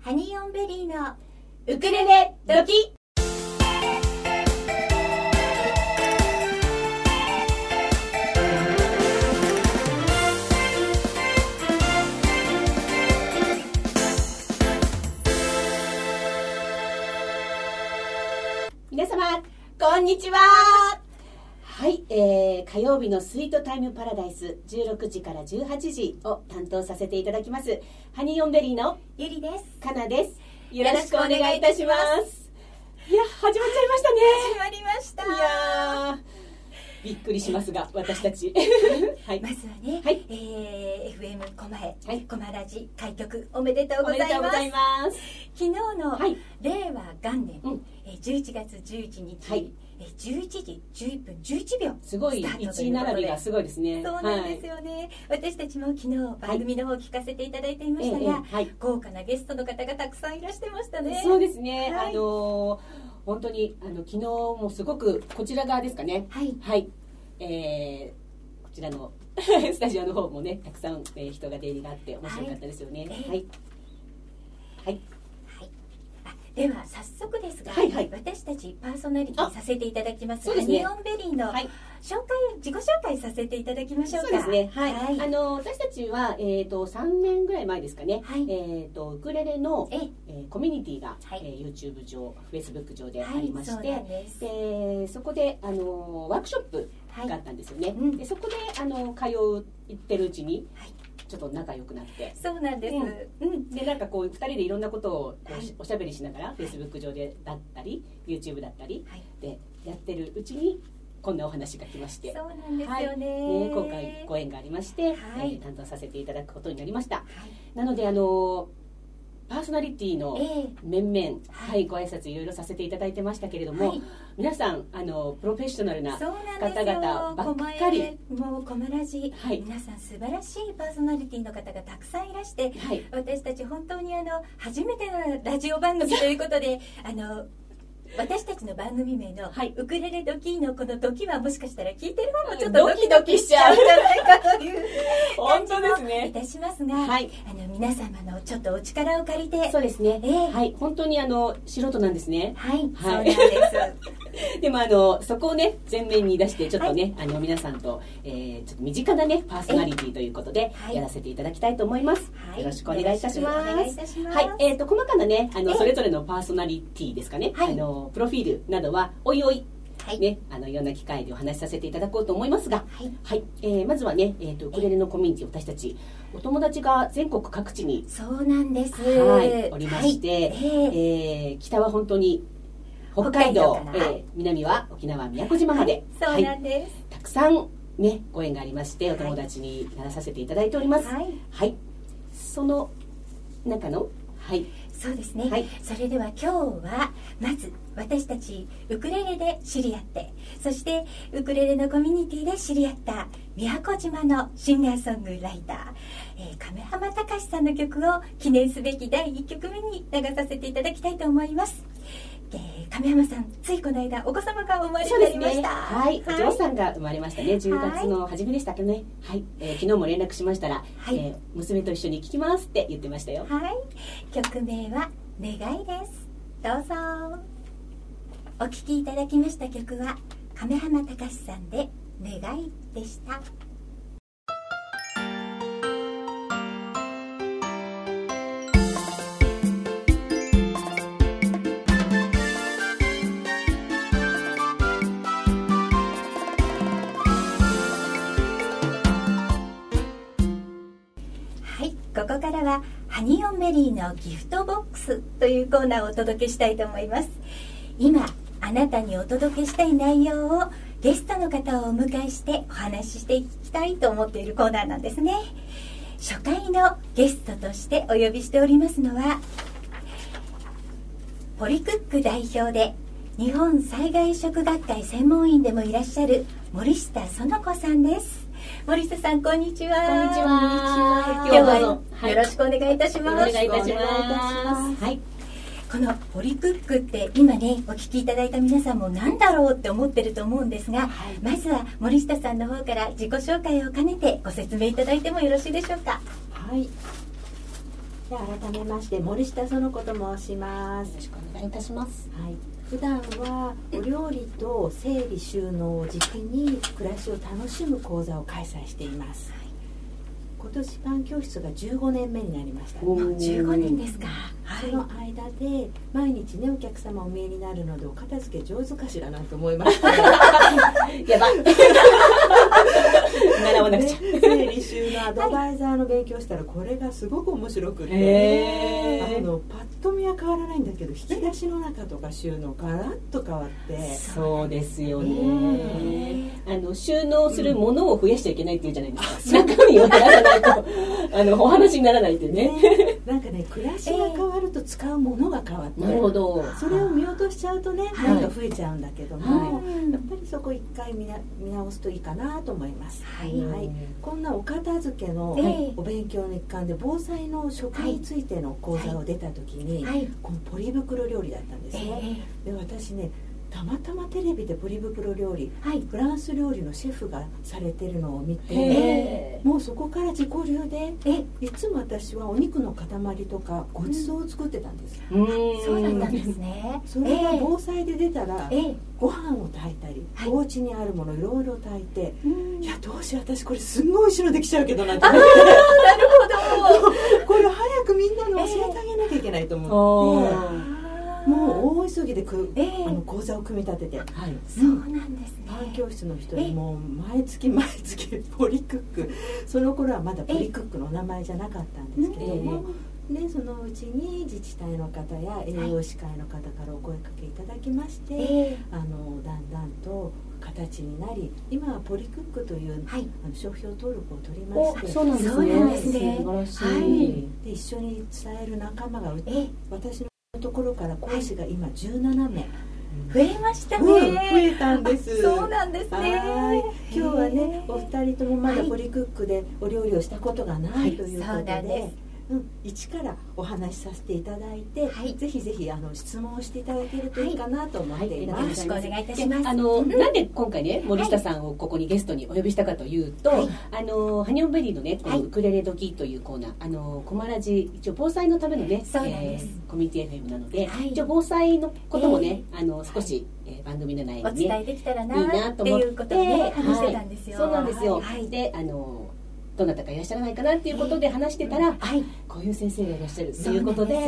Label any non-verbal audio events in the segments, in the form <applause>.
ハニーオンベリーのウクレレドキ皆様こんにちははい、えー、火曜日のスイートタイムパラダイス16時から18時を担当させていただきますハニーオンベリーのゆりです。かなですよよろろししくくおお願願いいいいたたししまますいや始まっちゃいましたね始まりました。いやーびっくりしますが私たちはいまずはね、はいえー FM コマへ、はいコマラジ開局おめでとうおごめでざというまごす。ざいます昨日のはい令和元年、うんえー11月11日、はいえー11時11分11秒すごいスタートという一ことで並びがすごいですねそうなんですよね、私たちも昨日番組の方を聞かせていただいていまはいしたええが、はい豪華なゲストの方がたくさんいらしてましたねそうですね、はいあのー本当にあの昨日もすごくこちら側ですかねはいはい、えーこちらの <laughs> スタジオの方もねたくさん、えー人が出入りがあって面白かったですよはねいはい、はいあでは早速ですが、はいはい私たちパーソナリティさせていただきますそうですねハニーオンベリーのはい紹介、自己紹介させていただきましょうそかうですね、はいはいあの私たちは、えー、と3年ぐらい前ですかね、はいえー、とウクレレの、ええーコミュニティが、はいえー YouTube 上 Facebook 上であはりいまそしうて、なんですでそこであのワークショップはいがあったんですよね、うんでそこであの通う行ってるうちに、はいちょっと仲良くなってそうなんです、うんでなんかこう2人でいろんなことをこうはいおしゃべりしながら Facebook 上でだったり YouTube だったりはいでやってるうちにこんなお話が来まして、そうなんですよね,、ね、今回ご縁がありまして、はいえー担当させていただくことになりましたはいなのであのパーソナリティのえ面々、ははいい、ご挨拶いろいろさせていただいてましたけれどえも、はい皆さんあのプロフェッショナルなそうなんですよ方々ばっかりこまえもうこまらじ、はい皆さん素晴らしいパーソナリティの方がたくさんいらしてはい私たち本当にあの初めてのラジオ番組ということであの私たちの番組名のはい「ウクレレドキー」のこの「ドキ」はもしかしたら聞いてる方もちょっとドキドキしちゃうドキドキしちゃうんじゃないかという本当です感じもいねたしますが、はいあの皆様のちょっとお力を借りてはいそうですね、ええはい本当にあの素人なんですねそうなんです <laughs> でもあのそこをね前面に出してちょっとね、あの皆さんと、えー、ちょっと身近なねパーソナリティということではいやらせていただきたいと思います、はいよろしくお願いいたしますよろしくお願いいたしますはいえー、と細かなねあえのえそれぞれのパーソナリティですかね、はいあのプロフィールなどはおいおい、はいね、あのいろんな機会でお話しさせていただこうと思いますが、はいはいえーまずはね、えー、とウクレレのコミュニティ私たちお友達が全国各地に、そうなんですはい、おりまして、はいえええー北は本当に北海北道海道からえー南は沖縄宮古島まで、そうはないんです、たくさんねご縁がありましてお友達にならさせていただいておりますはい、はいその中のはいそうですね、はいそれでは今日はまず私たちウクレレで知り合ってそしてウクレレのコミュニティで知り合った宮古島のシンガーソングライター、えー亀浜隆さんの曲を記念すべき第1曲目に流させていただきたいと思います、えー亀浜さんついこの間お子様が生まれそになうでりすましねたはい、お嬢さんが生まれましたね10月の初めでしたかねはい、えー昨日も連絡しましたら、はいえー娘と一緒に聴きますって言ってましたよはい、曲名は「願い」ですどうぞお聴きいただきました曲は亀浜隆さんで「願い」でしたはいここからは「ハニーオンベリーのギフトボックス」というコーナーをお届けしたいと思います今あなたにお届けしたい内容をゲストの方をお迎えしてお話ししていきたいと思っているコーナーなんですね初回のゲストとしてお呼びしておりますのはポリクック代表で日本災害食学会専門員でもいらっしゃる森下園子さんです森下さんこんにちはこんにちは今日はどうぞはいよろしくお願いいたしおます、願いいたしまおす願いいたしますはいこのポリクックって今ねお聞きいただいた皆さんも何だろうって思ってると思うんですが、はいまずは森下さんの方から自己紹介を兼ねてご説明いただいてもよろしいでしょうかはい、では改めまして森下園子と申しまよすろしくお願いいたしますはい、普段はお料理と整理収納を軸に暮らしを楽しむ講座を開催しています、今年パン教室が15年目になりましたおー15年ですかはそいの間で毎日ねお客様お見えになるのでお片付け上手かしらなんて思いましたやばい <laughs> 習わなくちゃ、ね整理収納アドバイザーの勉強したらこれがすごく面白くて、へーあのパッと見は変わらないんだけど引き出しの中とか収納ガラッと変わってそうですよねね。あの収納するものを増やしちゃいけないって言うじゃないですか。中身を減らさないとあのお話にならないってね。ねなんかね暮らしが変わると使うものが変わって、なるほど。それを見落としちゃうとね、はいなんか増えちゃうんだけども、やっぱりそこ一回見な見直すといいかなと思います、はいはい、こんなお片付けのええお勉強の一環で防災の食についての講座を出た時に、はいこのポリ袋料理だったんですえね、えで私ねたまたまテレビでポリ袋料理はいフランス料理のシェフがされてるのを見てへもうそこから自己流でえいつも私はお肉の塊とかごちそうを作ってたんです、ー。うんそうだったんです。ねそれが防災で出たら、えええご飯を炊いたり、はいお家にあるものいろいろ炊いて、えうんいなやどうしよう私これすんごい美味しいのできちゃうけ <laughs> どなって思っるほどてこれ早くみんなに教えてあげなきゃいけないとあ思って、ーもう大急ぎでく、ええあの講座を組み立ててはい。そうなんですねパン教室の人にもう毎月毎月ポリクックその頃はまだポリクックのお名前じゃなかったんですけども、でそのうちに自治体の方や栄養士会の方からお声かけいただきまして、えあのだんだんと形になり今はポリクックというえはいあの商標登録を取りまおしてそうなんですね。そうなんですね素晴らしい。はいで一緒に伝える仲間がうええ私のところから講師が今17名、増えましたね、うん増えたんですそうなんですねはい今日はねお二人ともまだポリクックでお料理をしたことがない、はいというそこうとで,、なんですうん、一からお話しさせていただいて、はいぜひぜひあの質問をしていただけるといいかなと思っていよます、ろしくお願いいたしますあのなんで今回ね森下さんをここにゲストにお呼びしたかというと、はいあのハニオンベリーのねこのはいウクレレ時というコーナー、あのコマラジ一応防災のためのね、そうなんですーコミュニティ FM なので、はい一応防災のこともね、あの少し、えー番組の内お容に伝ねえできたらなないいなってと思っいてうことをね話してたんですよ、そうなんですよ。はいであのどなたかいらっしゃらないかなっていうことで話してたら、あはい、こういう先生がいらっしゃるとそういなんうことでで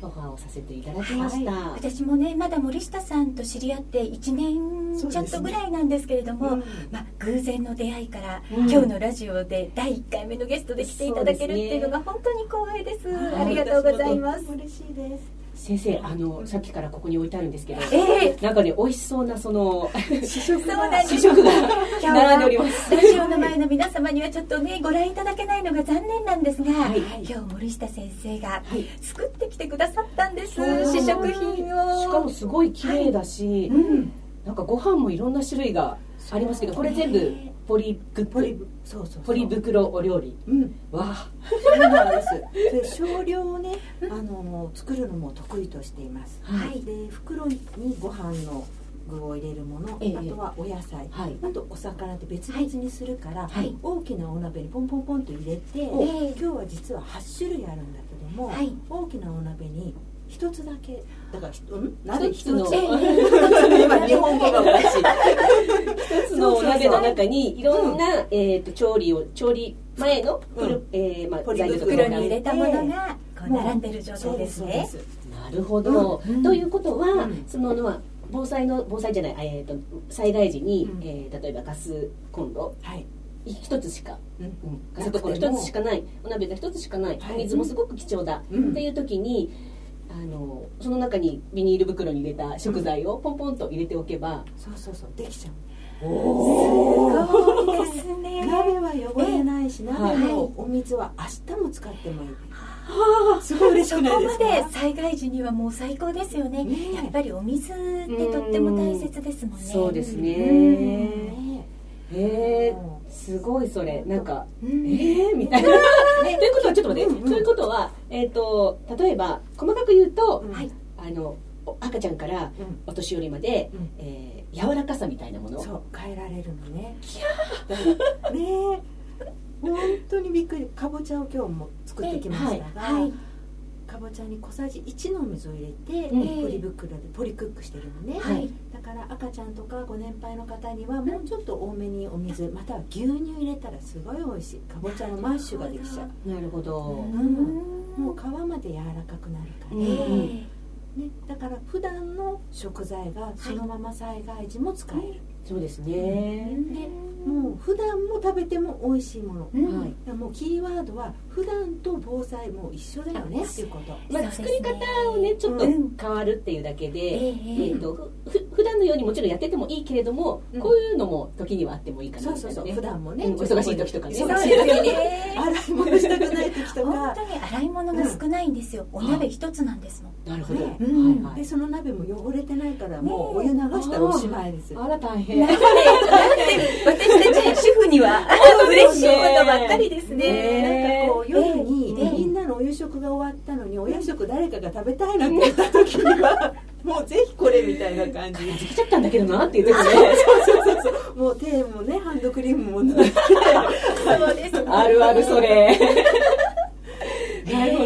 すオファーをさせていただきました。私もねまだ森下さんと知り合って1年ちょっとぐらいなんですけれども、うんまあ、偶然の出会いから、うん今日のラジオで第1回目のゲストで来ていただけるっていうのが本当に光栄ですはあいりがとうございます嬉しいです先生あのさっきからここに置いてあるんですけど、え <laughs> えなんかね美味しそうなその <laughs> 試食そうなんです試食が今日は並んでおります。ラジオの前の皆様にはちょっとねご覧いただけないのが残念なんですが、はい今日森下先生がはい作ってきてくださったんです、そう試食品をしかもすごい綺麗だし、うんなんかご飯もいろんな種類がありますけどこれ全部ポリグッポリプブそうそうそうポリ袋お料理うんわあそうなんです。で少量をね、あの作るのも得意としています。はいで袋にご飯の具を入れるもの、ええあとはお野菜、はいあとお魚って別々にするから、はい大きなお鍋にポンポンポンと入れて、お今日は実は8種類あるんだけども、はい大きなお鍋に一つだけだからひうん鍋一一つつの今日本語がおかしい。一つのお鍋の中にいろんな、えー、と調理を調理前のプル、うんえーまあ、ポリ材料とか袋がに入れたものがこうもう並んでる状態ですねそうですなるほど、うんということは、うんそののは防災の防災じゃない、えー、と災害時に、うんえー例えばガスコンロはい。一つしか、うんうんガスコンロ一つしかないお鍋が一つしかない、はいお水もすごく貴重だ、うんっていう時にあのその中にビニール袋に入れた食材をポンポンと入れておけば、そうそうそうできちゃう。そうですね鍋は汚れないし、はい鍋のお水は明日も使ってもいい、すごい嬉しそくこなまいですかで災害時にはもう最高ですよねねやっぱりお水ってとっても大切ですもんねそうですね、ねへえすごいそれなんかうんえー、み <laughs> たいな。ということはちょっと待って、うんうんということは、えっ、と例えば細かく言うと、うんはいあのお赤ちゃんからうんお年寄りまで、うんえー柔らかさみたいなもの。そう変えられるのねだからねえ本当にびっくりかぼちゃを今日も作ってきましたが、はいかぼちゃに小さじ1のお水を入れて、うんポリ袋でポリクックしてるのね、はいだから赤ちゃんとかご年配の方にはもうちょっと多めにお水または牛乳入れたらすごい美味しいかぼちゃのマッシュができちゃうなるほどううんんもう皮まで柔らかくなるから、うんね、えだから普段の食材がそのまま災害時も使える、そうですねえでもう普段も食べても美味しいもの、うんはいだからもうキーワードは普段と防災もう一緒だよねあっていうことまそあ、作うりですね方をねちょっとうん変わるっていうだけで、ええええー、とふふ普段のようにもちろんやっててもいいけれども、うんこういうのも時にはあってもいいかなそみうたいなそうそう、ね普段もね、うん忙しい時とかね忙そうしですい時よに <laughs> ね洗い物したくない時と本か <laughs> 当に洗い物が少ないんですよ、お鍋一つなんですもんなるほど、ねうんはいはでいその鍋も汚れてないからねもうお湯流したらおしまいですよあら大変ね私たち主婦には嬉しいことばっかりですねなんかこうね夜にねみんなのお夕食が終わったのにお夜食誰かが食べたいなって言った時に <laughs> はもうぜひこれみたいな感じできちゃったんだけどなっていう時ね <laughs> もう手もねハンドクリームも塗 <laughs> ってそうですねあるあるそれなるほ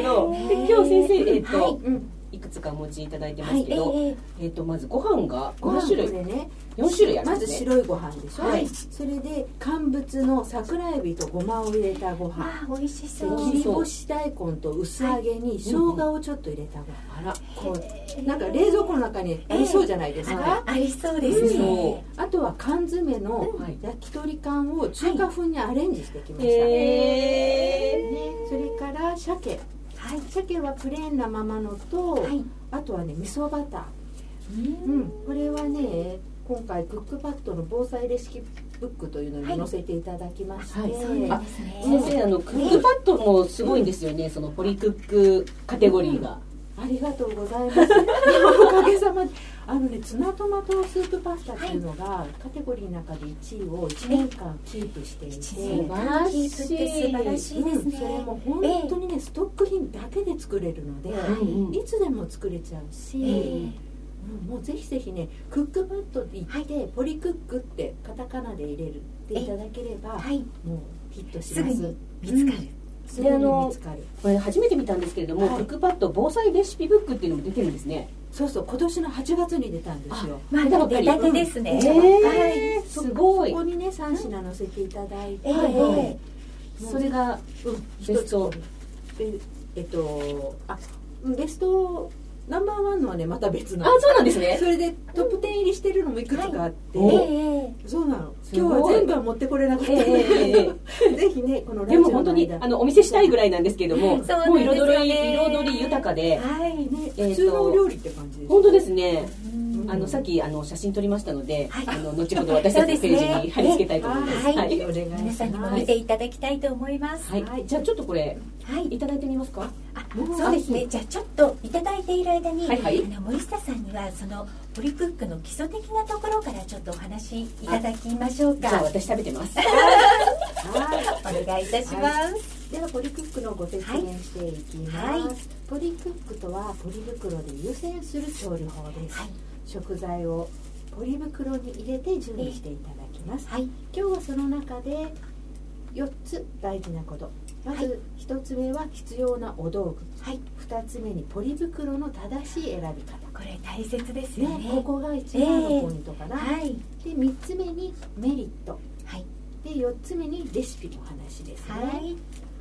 どねで今日先生、えーとはいうんい、くつかお持ちいただいてますけえど、ええー、とまずご飯がご5飯種類これね4種類ありままねすず白いご飯でしょ、はいそれで乾物の桜えびとごまを入れたご飯ああ美味しでそうそう切り干し大根と薄揚げに生姜をちょっと入れたご飯あらこうなんか冷蔵庫の中にありそうじゃないですええか、ありそうですね、そあとは缶詰のはい焼き鳥缶を中華風にアレンジしてきました、へね、それから鮭はい鮭はプレーンなままのと、はいあとはね味噌バターううん、これはね今回クックパッドの防災レシピブックというのに載せていただきまして、はいはいそうなんですね先生あのクックパッドもすごいんですよね、そのポリクックカテゴリーが、ありがとうございます <laughs> おかげさまであのねツナトマトスープパスタっていうのが、カテゴリーの中で1位を1年間キープしていて、一年年間間キープって素晴らしいですね、うんそれも本当にね、ストック品だけで作れるので、はいうんうんいつでも作れちゃうし、えうんもうぜひぜひねクックパッドで行って、ポリクックってカタカナで入れるっていただければ、えはいもうヒットしすまぐすに見つかる、すぐにであの見つかるこれ初めて見たんですけれども、はいクックパッド防災レシピブックっていうのも出てるんですねそうそう今年の8月に出たんですよまだ出たてですね、えー、そすごいここにね3品載せていただいて、ええはいえそれがうんベスト一つでえっとあベストナンバーワンのはねまた別あなのそうなんですねそれでトップ10入りしてるのもいくつかあって、はえいえそうなのす今ごい日は全部は持ってこれなかったええので、えええ <laughs> ぜひねこのラ <laughs> でジオもの本当に間あのお見せしたいぐらいなんですけれどもそうなんもうですよね彩り彩り豊かではいねえーと普通のお料理って感じです本当ですねうんあのさっきあの写真撮りましたので、はいあの後ほど私たちのページに貼り付けたいと思いますはいはい、お願いします皆さんにも見ていただきたいと思いますはいはいじゃあちょっとこれはいいただいてみますかあそうですねじゃあちょっといただいている間に、はいはいあの森下さんにはそのポリクックの基礎的なところからちょっとお話しいただきましょうじゃあか私食べてます <laughs> はいお願いいたします、ではポリクックのご説明していきます、はいポリクックとはポリ袋で湯煎する調理法です、はい食材をポリ袋に入れて準備していただきますはい今日はその中で4つ大事なことまず1つ目は必要なお道はい具2つ目にポリ袋の正しい選び方これ大切ですよねね、ここが一番のポイントかな、はいで3つ目にメリットはいで4つ目にレシピの話ですねはい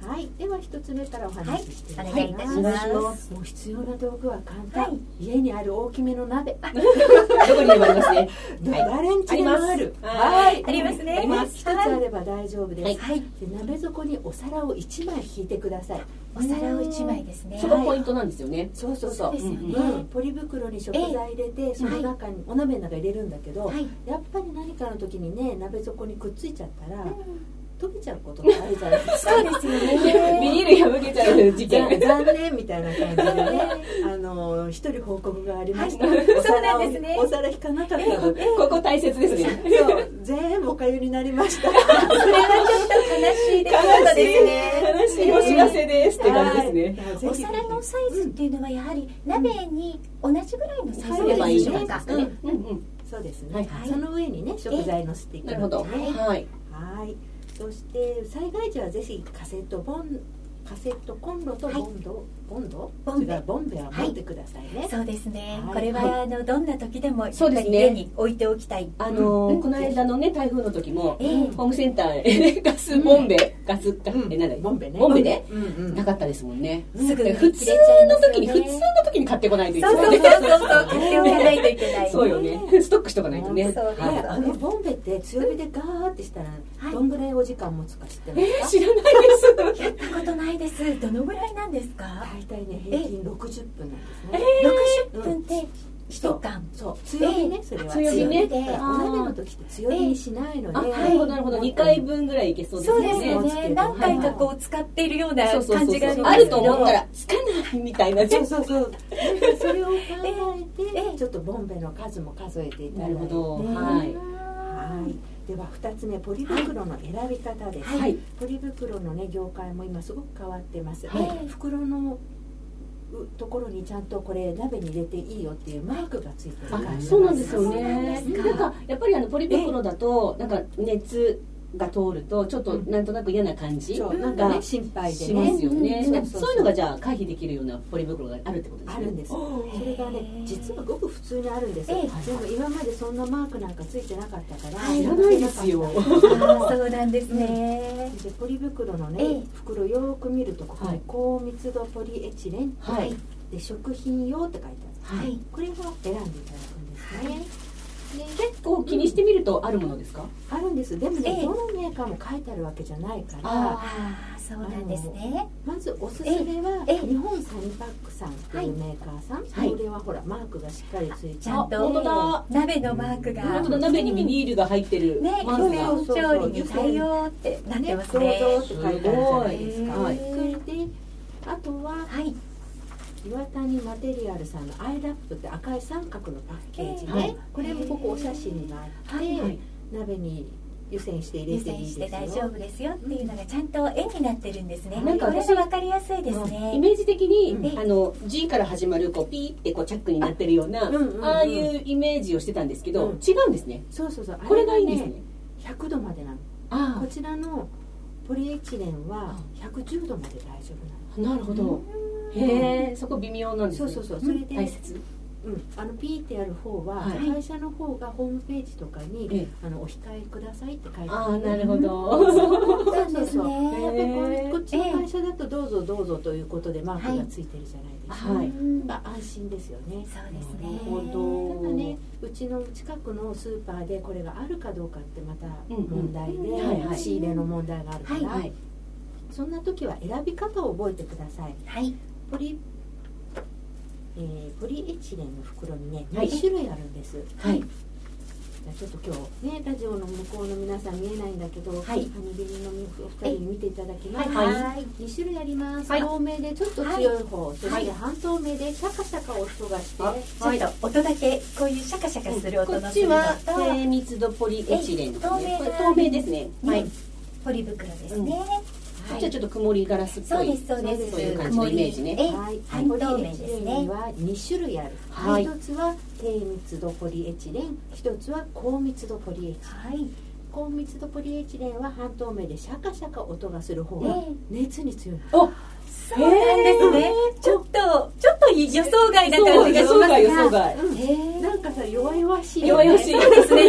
はい、では一つ目からお話ししてはいきお願いいたしますもう必要な道具は簡単、はい家にある大きめの鍋、どこにでもありますね誰レンあチりにもまあるす。いありますねあります。一つあれば大丈夫です、はいはいで鍋底にお皿を一枚引いてくださいお皿を一枚ですねそこポイントなんですよね。そうそうそそううですよね、うんポリ袋に食材入れて、その中に、お鍋の中に入れるんだけど、はいやっぱり何かの時にね鍋底にくっついちゃったら、飛びちゃうことがあるじゃないですかそうですよ <laughs> ねビニール破けちゃう事件。 <laughs> 残念みたいな感じでねあの一人報告がありました、はいおそう皿なをんですねお皿引かなかったのでここ大切ですね。そう全部おかゆになりましたそれはちょっと悲しいです悲しいお知らせですって感じですね。はいお皿のサイズっていうのはやはり鍋に同じぐらいのサイズ入ればいいじゃでしょないうでかすかね。うんうん。そうですね、はいはいその上にね食材のせていくなるほど。のでねはい。はいそして災害時はぜひカセットボンカセットコンロとボンドをボンドボンそベれからボンベは持ってくださいね、そうですね、はいこれは、はあのどんな時でもそうやですねっぱり家に置いておきたいあのーうんこの間のね台風の時もええホームセンター <laughs> へガスボンベ、ガスか、うんえなんだボンベねボンベね、うんうんなかったですもんねすぐで売り普切れ通ちゃいまのすよ時ねに普通の時に買ってこないといけそうないそうそうそうそう買っておかないといけないそうよねストックしとかないとねそうそうはいあのボンベって強火でガーってしたらはいどんぐらいお時間持つか知ってまえすーか、知らないですやったことないですどのぐらいなんですか大体ね平均60分なんですね、 60分って一缶そう強火ね、ええそれは強火ねだからお鍋の時って強火にしないので、あ、はいなるほどなるほど2回分ぐらいいけそうですそうでよねすよね何回かこう使っているようなそうそう感そうじがそありうますあけるどと思ったらつかないみたいなねそうそうそうでそれを考えて、ええちょっとボンベの数も数えていただないてるほど、ねはいはい、では2つ目ポリ袋の選び方です、はい、ポリ袋のね業界も今すごく変わってます、はい袋のうところにちゃんとこれ鍋に入れていいよっていうマークがついてるあ感じそうなんですよそうなんでねすなんかやっぱりあのポリ袋だとなんか熱が通るとちょっとなんとなく嫌な感じそうなんかがね心配でしねますよねうんなんかそうそうそうそういうのがじゃあ回避できるようなポリ袋があるってことですあねるんですそれがね実はごく普通にあるんですよ、えでも今までそんなマークなんかついてなかったからはい知らないですよあーそうなんですねでポリ袋のええね袋よーく見るとここはにい高密度ポリエチレンはいで食品用って書いてあはるいこれを選んでいただくんですね、結構気にしてみるとあるものですかあるんですでもえねえどのメーカーも書いてあるわけじゃないからあああそうなんですねまずおすすめはええええ日本サニパックさんっていうメーカーさん、はいこれはほらマークがしっかりついちてゃんあ本当だと鍋のマークが本当だ鍋にビニールが入ってるね、マ湯ークそがう煎調理に対応ってなってねますどうぞね。って書いてあるじゃないですすかごいはいこれであとははい、岩谷マテリアルさんのアイラップって赤い三角のパッケージね、ええこれもここお写真があって、はいはい鍋に湯煎して入湯れてい煎いでしすてよ大丈夫ですよっていうのがちゃんと絵になってるんですね。なんかこれ私がわかりやすいですイね。メージ的に、うんあの G から始まるこうピーってこうチャックになってるようなあ,、あうんうんうんあいうイメージをしてたんですけど、うん違うんですねそうそうそうこれがいいんですね100度までなのあこちらのポリエチレンは110度まで大丈夫なのあなるほど、へえそこ微妙なんですそねうそうそうそれで、大切うん、あのピーってやる方は、はい会社の方がホームページとかに、ええあのお控えくださいって書いてあああるなるほそどうそうなんですそうへね。えでここっちの会社だとどうぞどうぞということでマークがついてるじゃないですか、はういんまあ安心ですよねそうですね。本た当だねうちの近くのスーパーでこれがあるかどうかってまた問題で、うんうんはいはい仕入れの問題があるから、はいそんな時は選び方を覚えてくださいはい、ポリ、えーポリエチレンの袋にねはい2種類あるんです、はいじゃあちょっと今日ねラジオの向こうの皆さん見えないんだけど、いファミリーのお二人に見ていただきます、はいい、 2種類あります、はい透明でちょっと強い方、そはしいて半透明でシャカシャカ音がして、ちょっと音だけこういうシャカシャカするこ音のっすちるのはと、低密度ポリエチレンですねえ透明これな透明ですねうんはい、ポリ袋ですね。こっちはちょっと曇りガラスっぽそういですそうです。そういう感じのイメージね曇りえはい、半ポ透リ明エでチすレンにね。は2種類ある、はい一つは低密度ポリエチレン一つは高密度ポリエチレンはい、高密度ポリエチレンは半透明でシャカシャカ音がする方がええ熱に強い、そうなんですね。ちょっとちょっと予想外なそう感じが予し想ますが外予想外うんへーなんかさ弱々しい弱々しいですね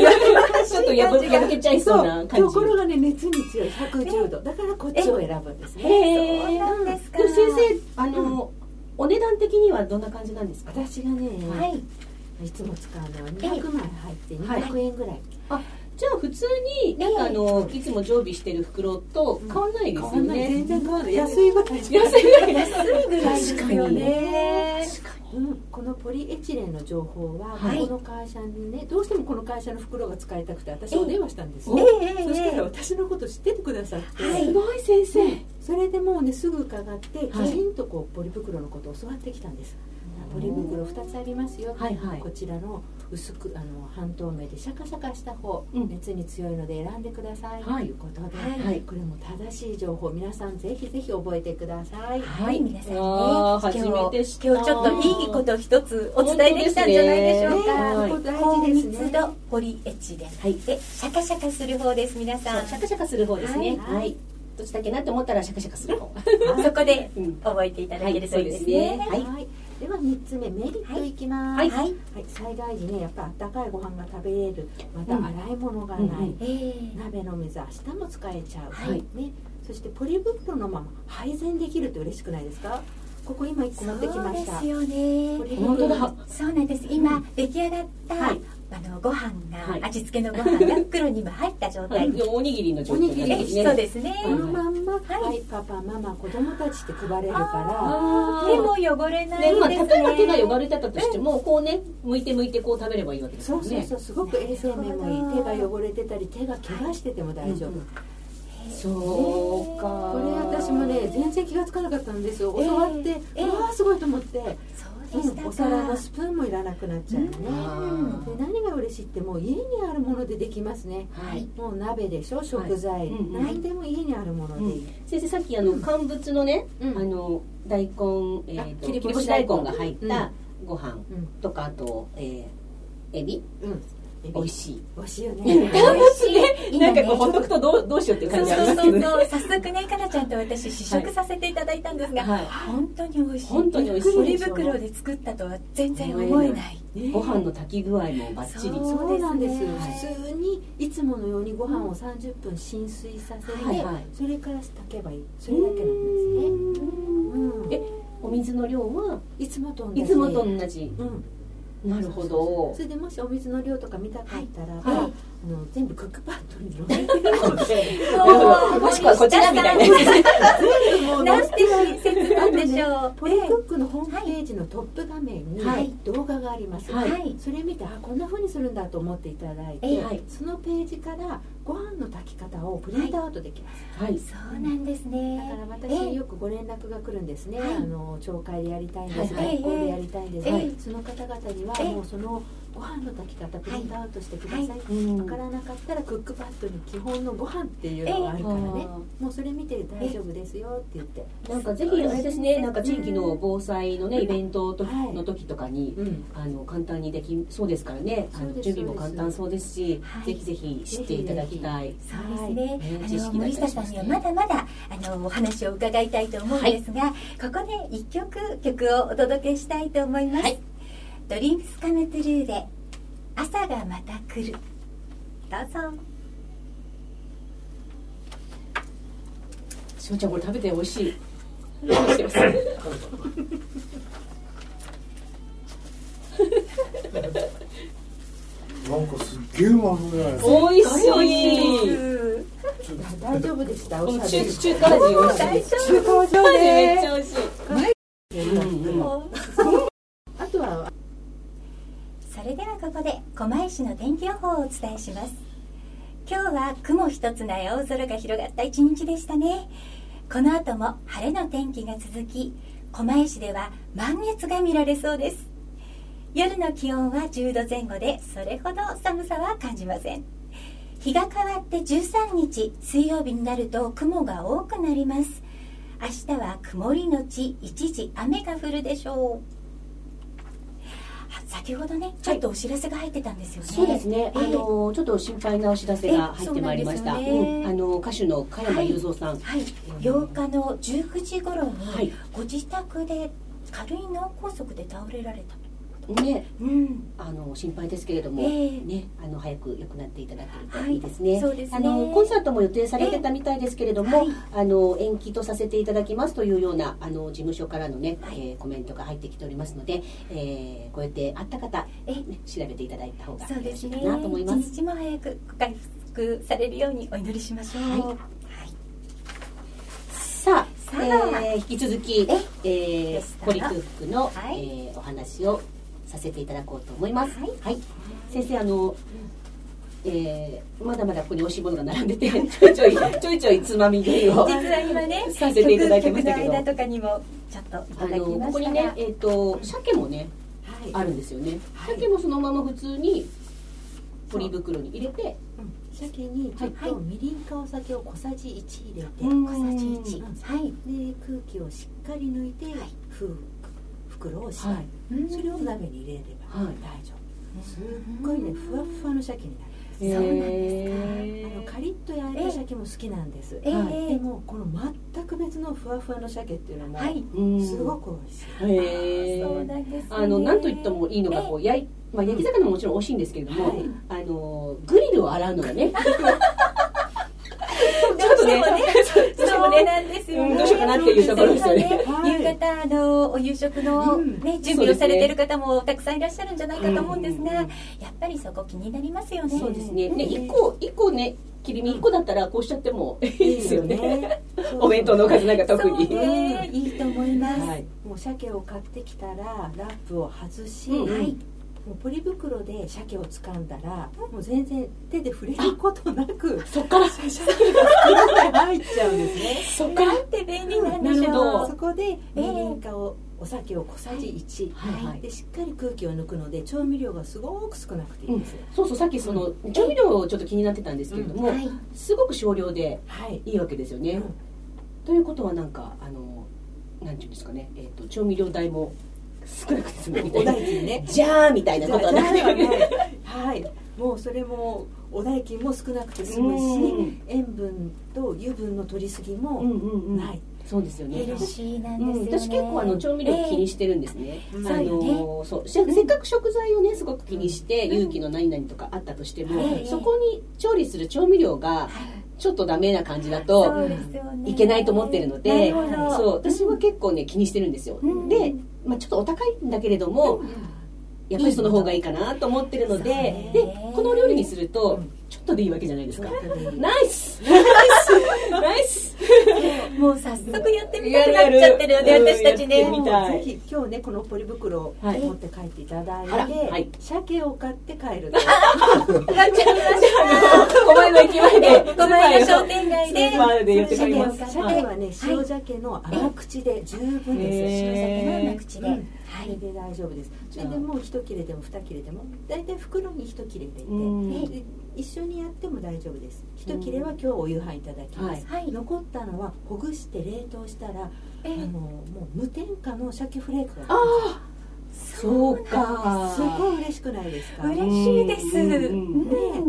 ちょっとやぶ感じが破けちゃいそうな感じところがね熱に強い110度だからこっちを選ぶんですねへそうえなんですかでも先生あの、お値段的にはどんな感じなんですか私がね、はい、い、つも使うのは200枚入って200円ぐらい、じゃあ普通になんかあの、いつも常備してる袋と変わらないですよね、全然変わらない安いぐらいじゃない安いぐらい安いぐらいですよね。うん、このポリエチレンの情報は、はいここの会社にねどうしてもこの会社の袋が使いたくて私お電話したんですよ、ええええそしたら私のこと知っててくださって、はいすごい先生、それでもうねすぐ伺ってきはいちんとこうポリ袋のことを教わってきたんです、ポリ袋2つありますよ、はいはいこちらの薄くあの半透明でシャカシャカした方、うん熱に強いので選んでくださいとはいいうことで、はいはいこれも正しい情報皆さんぜひぜひ覚えてくださいはい、皆さんね、あ今ー日初めて知った今日ちょっといいことを一つお伝えできたんじゃないでしょうか。はいここ大高事です密ね度ポリエチレン、はいでシャカシャカする方です皆さん。シャカシャカする方ですねはいはいどっちだっけなって思ったらシャカシャカするの。そこでうん覚えていただけるといいですはいそうですねね。はいでは3つ目メリットいきます、はい。はい災害時ねやっぱりあったかいご飯が食べれるまたうん洗い物がうんない、うんえー鍋の水明日も使えちゃう、はいね、そしてポリ袋のまま配膳できると嬉しくないですかここ今1個持ってきまそしうたですよねポ。リ本当袋だ。そうなんです。今出来上がった、はいあのご飯が、はい味付けのご飯が袋にも入った状態。でおにぎりの状態おにぎえりそうですね。このまんま、いはい、パパママ子供たちって配れるかあー手も汚れないですでね。まあ、例えば手が汚れてたとしても、こうね向いて向いてこう食べればいいわけらですそようそうねそうすごく衛生面もいないる手ほどが汚れてたり手が怪我してても大丈夫、うんうんそうかこれ私もね全然気がつかなかったんですよ教わって、えーうわーすごいと思って、そうでうしたん、か。お皿のスプーンもいらなくなっちゃうね、うんで何が嬉しいってもう家にあるものでできますねはいもう鍋でしょ食材、うんうん何でも家にあるものでいい、先生さっきあの乾物のね、うんあの大根、えー、とあ切切りり干干しし大大根根が入ったご飯とかあと、えーエビうんうん美味いしい美味しいよね美味しい。 <laughs> なんかこう今ほっねとくとどうどうしようっていうそ感うじありそまうそすけどうねそう早速ねかなちゃんと私試食させていただいたんですが、はい本当に美味しい本当に美味しいポリ袋で作ったとは全然思えないねご飯の炊き具合もバッチリそうそうなんですよ、はい普通にいつものようにご飯を30分浸水させて、はいはいそれから炊けばいいそれだけなんですねうんえお水の量はいつもと同じいつもと同じうんなるほどそれでもしお水の量とか見たかったらば、はいはいあの全部クックパッドに載 <laughs> せてるのでももしくはこちらみたいなやもうななんて親切なんでしょうポリクックのホームページのトップ画面にはい動画があります、はいはいそれ見てあこんな風にするんだと思っていただいて、ええはいそのページからご飯の炊き方をプリントアウトできます、つはいそうなんですだからね私よくご連絡が来るんですね、はいあの町会でやりたいんです、はいはい学校でやりたいんです、ええその方々にはええもうそのご飯の炊き方プリントアウトしてください、はうん分からなかったらクックパッドに基本のご飯っていうのがあるからね、もうそれ見て大丈夫ですよって言って、なんかぜひあれですねなんか地域の防災のねイベントとの時とかにうんあの簡単にできそうですからねあそうのです準備も簡単そうですしはいぜひぜひ知っていただきたいそうですね、はいあの森下さんにはまだまだあのお話を伺いたいと思うんですが、ここで一曲曲をお届けしたいと思います、はいドリームスカムトゥルーで朝がまた来るどうぞしおちゃんこれ食べて美味しいなんかすっげえうまそうじゃないですか美味し美味いです大丈夫でしたこおのし中ゃべり中辛味美味しいです中華は上手めっちゃ美味しいうんうんあとはそれではここで狛江市の天気予報をお伝えします今日は雲一つない青空が広がった一日でしたねこの後も晴れの天気が続き狛江市では満月が見られそうです夜の気温は10度前後でそれほど寒さは感じません日が変わって13日水曜日になると雲が多くなります明日は曇りのち一時雨が降るでしょうあ先ほどねちょっとお知らせが入ってたんですよね、そうですね、ええあのちょっと心配なお知らせが入ってまいりました、ええそうなんですよねうんあの歌手の加山雄三さん、はい、8日の19時頃に、はいご自宅で軽い脳梗塞で倒れられたと、ねうん、あの心配ですけれども、ええねあの早く良くなっていただけるとはいいいですね,、そうですねあのコンサートも予定されてたみたいですけれども、ええあの延期とさせていただきますというようなあの事務所からのね、はいえーコメントが入ってきておりますので、えー、ご予定あった方、えね、調べていただいた方がそうよでろすしいねかなと思います一日も早くご回復されるようにお祈りしましょう、はいはいさあさあえー引き続きえ、えでしー、たポリクックの、はいえーお話をさせていただこうと思います。はい先生あの、えーまだまだここに美味しいものが並ん <laughs> でてちょいちょいちょいちょいつまみ食いを。実は今ねさせていただきましたけ曲どの間とかにもちょっといあただきましたがのここにね、えっ、と鮭もねはいあるんですよね。はい鮭もそのまま普通にポリ袋に入れて、うん鮭にちょっはいとはみりんかお酒を小さじ1入れて、うん小さじ一。うんはい、で空気をしっかり抜いて、ふう袋をして、はいうんそれを鍋に入れればはい大丈夫、すっごいねふわっふわの鮭になるそうなんですかあのへカリッと焼いた鮭も好きなんです、ええはいえでえもこの全く別のふわふわの鮭っていうのもはいーすごく美味しい、うんへあーそうーなんですねあのなんといってもいいのがこう焼いまあ焼き魚ももちろん美味しいんですけれども、はいあのグリルを洗うの <laughs> がねどうしてもね、 <laughs> どうしてもね、なんですようね。んどうしようかなっていうところですよねそうそうはい夕方あのお夕食のうんね準備をされてる方もたくさんいらっしゃるんじゃないかと思うんですが、やっぱりそこ気になりますよね。そうですね。うんで一個一個ね切り身一個だったらこうしちゃってもいいですよね。そうそうお弁当のおかずなんか特そにう。ねいいと思います。はい、もう鮭を買ってきたらラップを外し、うんはいもうポリ袋で鮭を掴んだらもう全然手で触れることなくそっから鮭が袋に入っちゃうんですねそっから。なんて便利なんでしなるほょどう。そこでみりんかをお酒を小さじ1、はいはいでしっかり空気を抜くので調味料がすごく少なくていいです、そうそうさっきその調味料をちょっと気になってたんですけれども、はいすごく少量ではい、いいわけですよね。うんということはなんかあのなんていうんですかね、えっ、と調味料代も少なくて <laughs> 済むみたおいな代。金ねじゃあみたいなことはなくじゃあじゃあはいはいもうそれもお代金も少なくて済むうんし塩分と油分の取りすぎ <laughs> もうんうんうん。ない、そうですよね。ヘルシーなんうん、です私よね。結構あの調味料気にしてるんですね、うんあのそうせせっかく食材をねすごく気にして、うん勇気の何々とかあったとしても、ええそこに調理する調味料がちょっとダメな感じだええとそうですよねいけないと思ってるので、なるほどそう私は結構ね気にしてるんですよ、うんで、まあ、ちょっとお高いんだけれども、やっぱりその方がいいかなと思ってるのそでうねでこのお料理にすると、うんちょっとでいいわけじゃないですか、うんナ <laughs> イスナイスナイスもう早速やってみたくなっちゃってるよね、やるや私るたちやってねみ。たいぜひ今日ねこのポリ袋をはい持って帰っていただいて、あらはい鮭を買って帰 <laughs> るやっちゃいました。小前の駅 <laughs> 前で小前の商店街でスーパーで寄って帰ります鮭を買って鮭はね塩鮭の甘口で十分でへす、ー塩酒の口で、うんはそれいで大丈夫ですそじゃれあでもう一切れでも二切れでも大体袋に一切れ入れて、うんで一緒にやっても大丈夫です一切れは今日お夕飯いただきます、はい残ったのはほぐして冷凍したら、えあのもう無添加の鮭フレークがあそうかすごい嬉しくないですか嬉しいです、うんう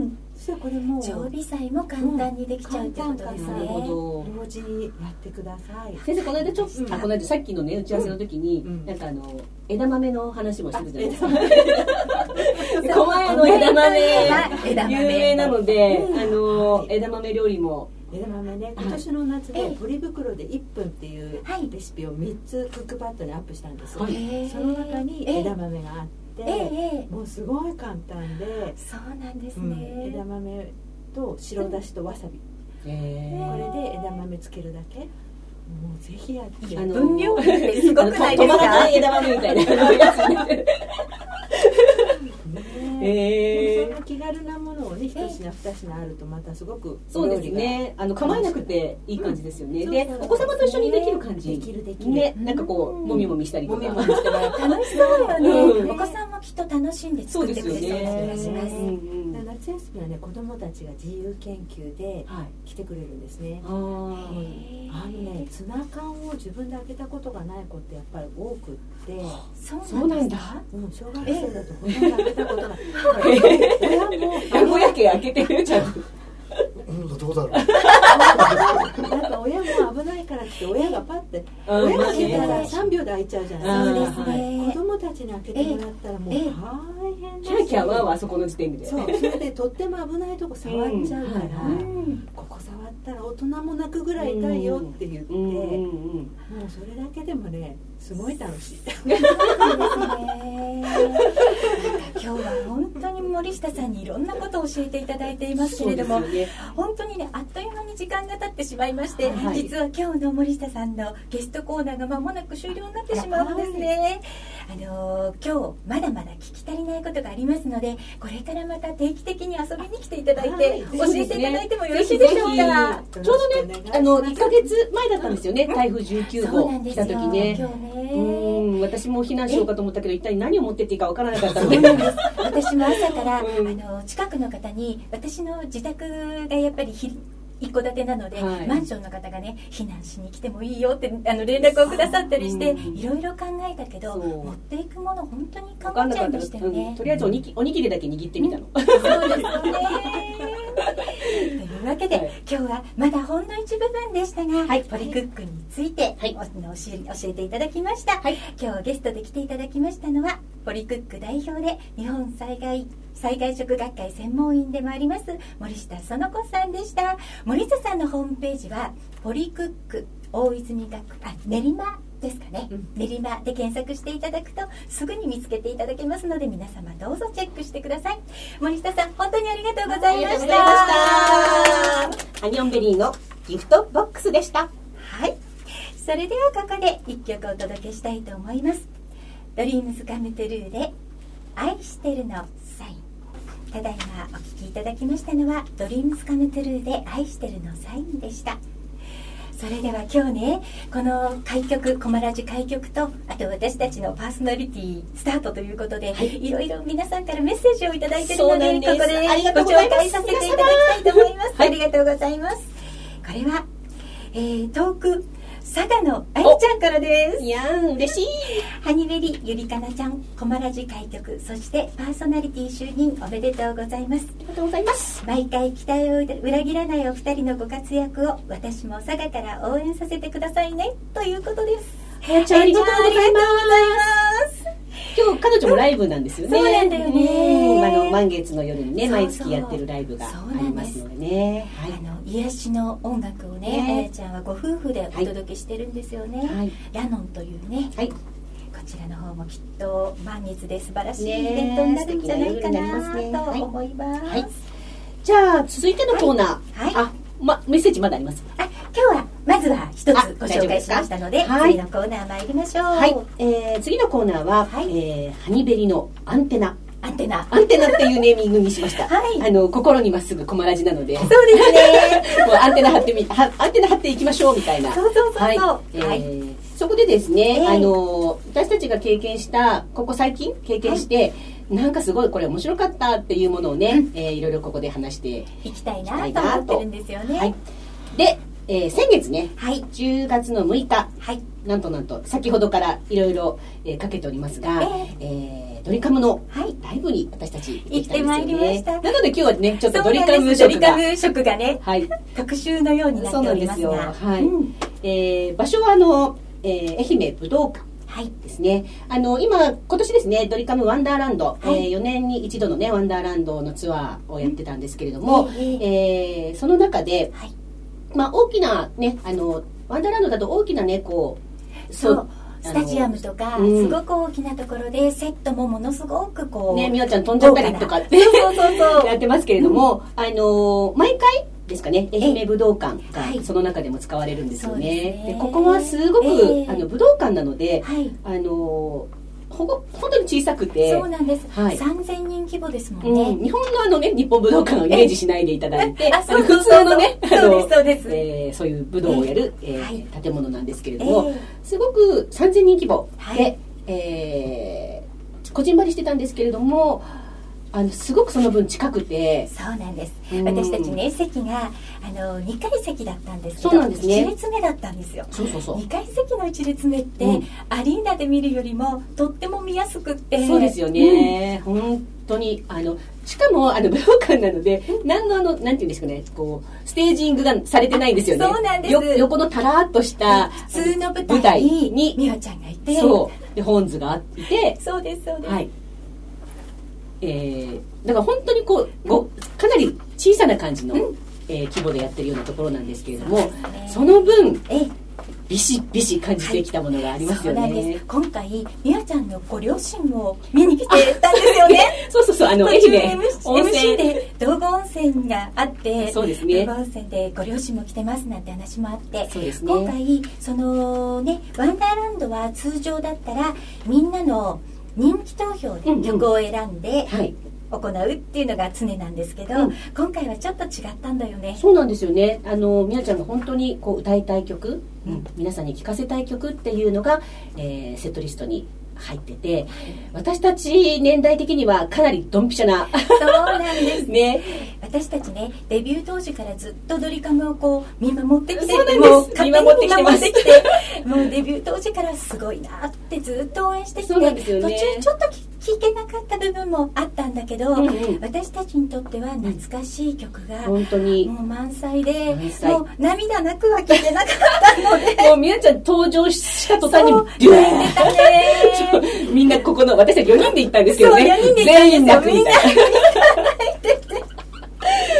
んそしたらこれも常備菜も簡単にできちゃうってことですね、なるほど同時にやってください先生この間ちょっと、あこの間さっきのね打ち合わせの時に、うんなんかあの枝豆の話 <laughs> もしてたじゃないですかあ狛江の枝豆枝豆有名なので、うんあのはい枝豆料理も枝豆ね今年の夏はいでポリ袋で1分っていうはいレシピを3つクックパッドにアップしたんです、はいその中に枝豆があっえて、えええもうすごい簡単で、そうなんですうんね、枝豆と白だしとわさび、えこれで枝豆つけるだけもうぜひやってあの分量ってすごくないですか止まらない枝豆みたいなやつになってるねへその気軽なものをね一品二品あるとまたすごくそうですねあの構えなくていい感じですよね、うんでそうそうお子様と一緒にできる感じできるできるねなんかこううんもみもみしたりともかみもみしても <laughs> らって楽しそうよね、うんお子さんもきっと楽しんでそ作うっでてすくれそうよな気ねがします、うんうんうん夏休みはね子どもたちが自由研究ではい来てくれるんですねあーへーあのねツナ缶を自分で開けたことがない子ってやっぱり多くって、そうなんですかうん、小学生だと子供が開けたことがない親も名古屋家開けてるちゃんとうん、どうだろう。なんか親も危ないからって親がパッてうん親が開けたらね3秒で開いちゃうじゃそなういでですすあーかね子供たちに開けてもらったらもうええ大変だキャーキャーワーワしーそこの時点でそうそれでとっても危ないとこ触っちゃうから、うんはいはここ触ったら大人も泣くぐらい痛いよって言って、うんうんうもんうそれだけでもねすごい楽 <laughs> しい。ね <laughs> 今日は本当に森下さんにいろんなことを教えていただいていますけれども、そうですよね本当にねあっという間に時間が経ってしまいまして、はい実は今日の森下さんのゲストコーナーが間もなく終了になってしまうんですね、あのー今日まだまだ聞き足りないことがありますのでこれからまた定期的に遊びに来ていただいて、はい教えていただいてもよろしいでしょうかぜひぜひちょうどねあのよろしくお願いしま1すか月前だったんですよね台風19そうな号んで来すよた時ね今日ねうん私も避難しようかと思ったけど一体何を持ってっていいかわからなかったのそでうなんです私も朝から、うんあの近くの方に私の自宅がやっぱりひ一戸建てなので、はいマンションの方がね避難しに来てもいいよってあの連絡をくださったりしてそううんいろいろ考えたけどそう持っていくもの本当に分考かんえなちゃかいまったしたようんね。とりあえずおにぎおにぎりだけ握ってみたの、そうですよね。というわけで、はい今日はまだほんの一部分でしたが、はいポリクックについてお、おはい教え教えていただきました、はい今日ゲストで来ていただきましたのはポリクック代表で日本災害災害食学会専門員でもあります森下園子さんでした森下さんのホームページはポリクック大泉学あ練馬ですかね、うん練馬で検索していただくとすぐに見つけていただけますので皆様どうぞチェックしてください森下さん本当にありがとうございましたありがとうございましたアニオンベリーのギフトボックスでしたはいそれではここで一曲お届けしたいと思います「ドリームズカムトゥルーで「愛してる」のサインただいまお聴きいただきましたのは「ドリームズカムトゥルーで「愛してる」のサインでしたそれでは今日ねこの開局コマラジ開局とあと私たちのパーソナリティスタートということで、い、ろいろ皆さんからメッセージをいただいているそうのなんでですここでありがとごうござい紹ます介させていただきたいと思います、はいありがとうございますこれは、えー、遠く佐賀のあゆちゃんからですいやー嬉しいハニベリゆりかなちゃんコマラジ開局そしてパーソナリティ就任おめでとうございますありがとうございます毎回期待を裏切らないお二人のご活躍を私も佐賀から応援させてくださいねということですあやちゃんありがとうございますます今日彼女もライブなんですよねそうなんだよねうんあの満月の夜にねそうそう毎月やってるライブがありますのでねあの癒しの音楽をねねあやちゃんはご夫婦でお届けしてるんですよね、はい、はいラノンというねはいこちらの方もきっと満月で素晴らしいねイえベントになるんじゃないか素敵なな夜になりとます思います。はいじゃあ続いてのコーナー、はいはいあまメッセージまだありますあ今日はまずは一つあご紹介しましたので大丈夫ですかはい次のコーナー参りましょう。はい、えー、次のコーナーは、はいえーハニベリのアンテナアンテナ。アンテナっていうネーミングにしました、はいあの心にまっすぐコマラジな <laughs> のでそうです <laughs> ね。もうアンテナ張ってみはアンテナ張っていきましょうみたいなそうそうそうそう。はい、えーそこでですね、ええあの私たちが経験したここ最近経験して、なんかすごいこれ面白かったっていうものをね、えーいろいろここで話して、行きたいなと思ってるんですよね。はい、で、えー先月ねはい10月の6日はいなんとなんと先ほどからいろいろえーかけておりますが、ええードリカムのはい。ライブに私たち行ってきたんです行ってよねまいりましたなので今日はねちょっとそドうなリんカでムすド色リカがム色がねはい特集のようになっておりますそうなんが。ですよはいうんえー場所はあの、えー愛媛武道館はいですねあの今今年ですねドリカムワンダーランド、はいえ4年に一度のねワンダーランドのツアーをやってたんですけれども、えええーその中で、はいまあ、大きなねあのワンダーランドだと大きなねこうそう。スタジアムとか、うんすごく大きなところでセットもものすごくこう、 <laughs> ね美和ちゃん飛んじゃったりとかってそうそう <laughs> そうやってますけれども、あのー毎回ですかね愛媛武道館はがいその中でも使われるんですよね,、そうですねでここはすごく、ええあの武道館なので、はいあのーほぼ本当に小さくてそうなんです、はい3000人規模ですもんね、うん日本のあのね日本武道館をイメージしないでいただいてああのそう普そう通のねそうそうあのですそうですえーそういう武道をやる、えーは建物なんですけれえども、えすごく3000人規模はで、いえーこじんまりしてたんですけれどもあのすごくその分近くてそうなんです、うん私たちね席があの2階席だったんですけどそうなんですね1列目だったんですよそうそうそう2階席の1列目って、うんアリーナで見るよりもとっても見やすくってそうですよね、本当にあのしかもあの武道館なので何のあのなんていうんですかねこうステージングがされてないんですよねそうなんですよ横のたらっとした普通の舞舞台台にに美穂ちゃんがいてそうでホーンズがあってそうですそうです、はいえー、だから本当にこうごかなり小さな感じの、えー規模でやってるようなところなんですけれどもそうですねその分ええビシビシ感じてきたものがありますよね、そうなんです今回美和ちゃんのご両親も見に来てたんですよねそうそうそうあの愛途中媛 MC, 温泉 MC で道後温泉があってそうですね道後温泉でご両親も来てますなんて話もあってそうですね今回そのねワンダーランドは通常だったらみんなの人気投票うんうんで曲を選んではい行うっていうのが常なんですけど、うん今回はちょっと違ったんだよ <laughs> ねそうなんですよね。あの、みやちゃんが本当にこう歌いたい曲、うん皆さんに聴かせたい曲っていうのが、えーセットリストに入ってて、私たち年代的にはかなりドンピシャな、そうなんですね、私たちねデビュー当時からずっとドリカムをこう見守ってきてそうなんですもう勝手に見守ってきてます見守ってきてもうデビュー当時からすごいなってずっと応援してきて、そうなんですよ途ね中ちょっとき聞けなかった部分もあったんだけど、うんうん私たちにとっては懐かしい曲が、本当にもう満載で満載もう涙なくは聞けなかったもうみやちゃん登場した途端にそうビューだねンみんなここの私たち4人で行ったんですけどねそう四人で行ったんですよ全員泣くみたいな <laughs>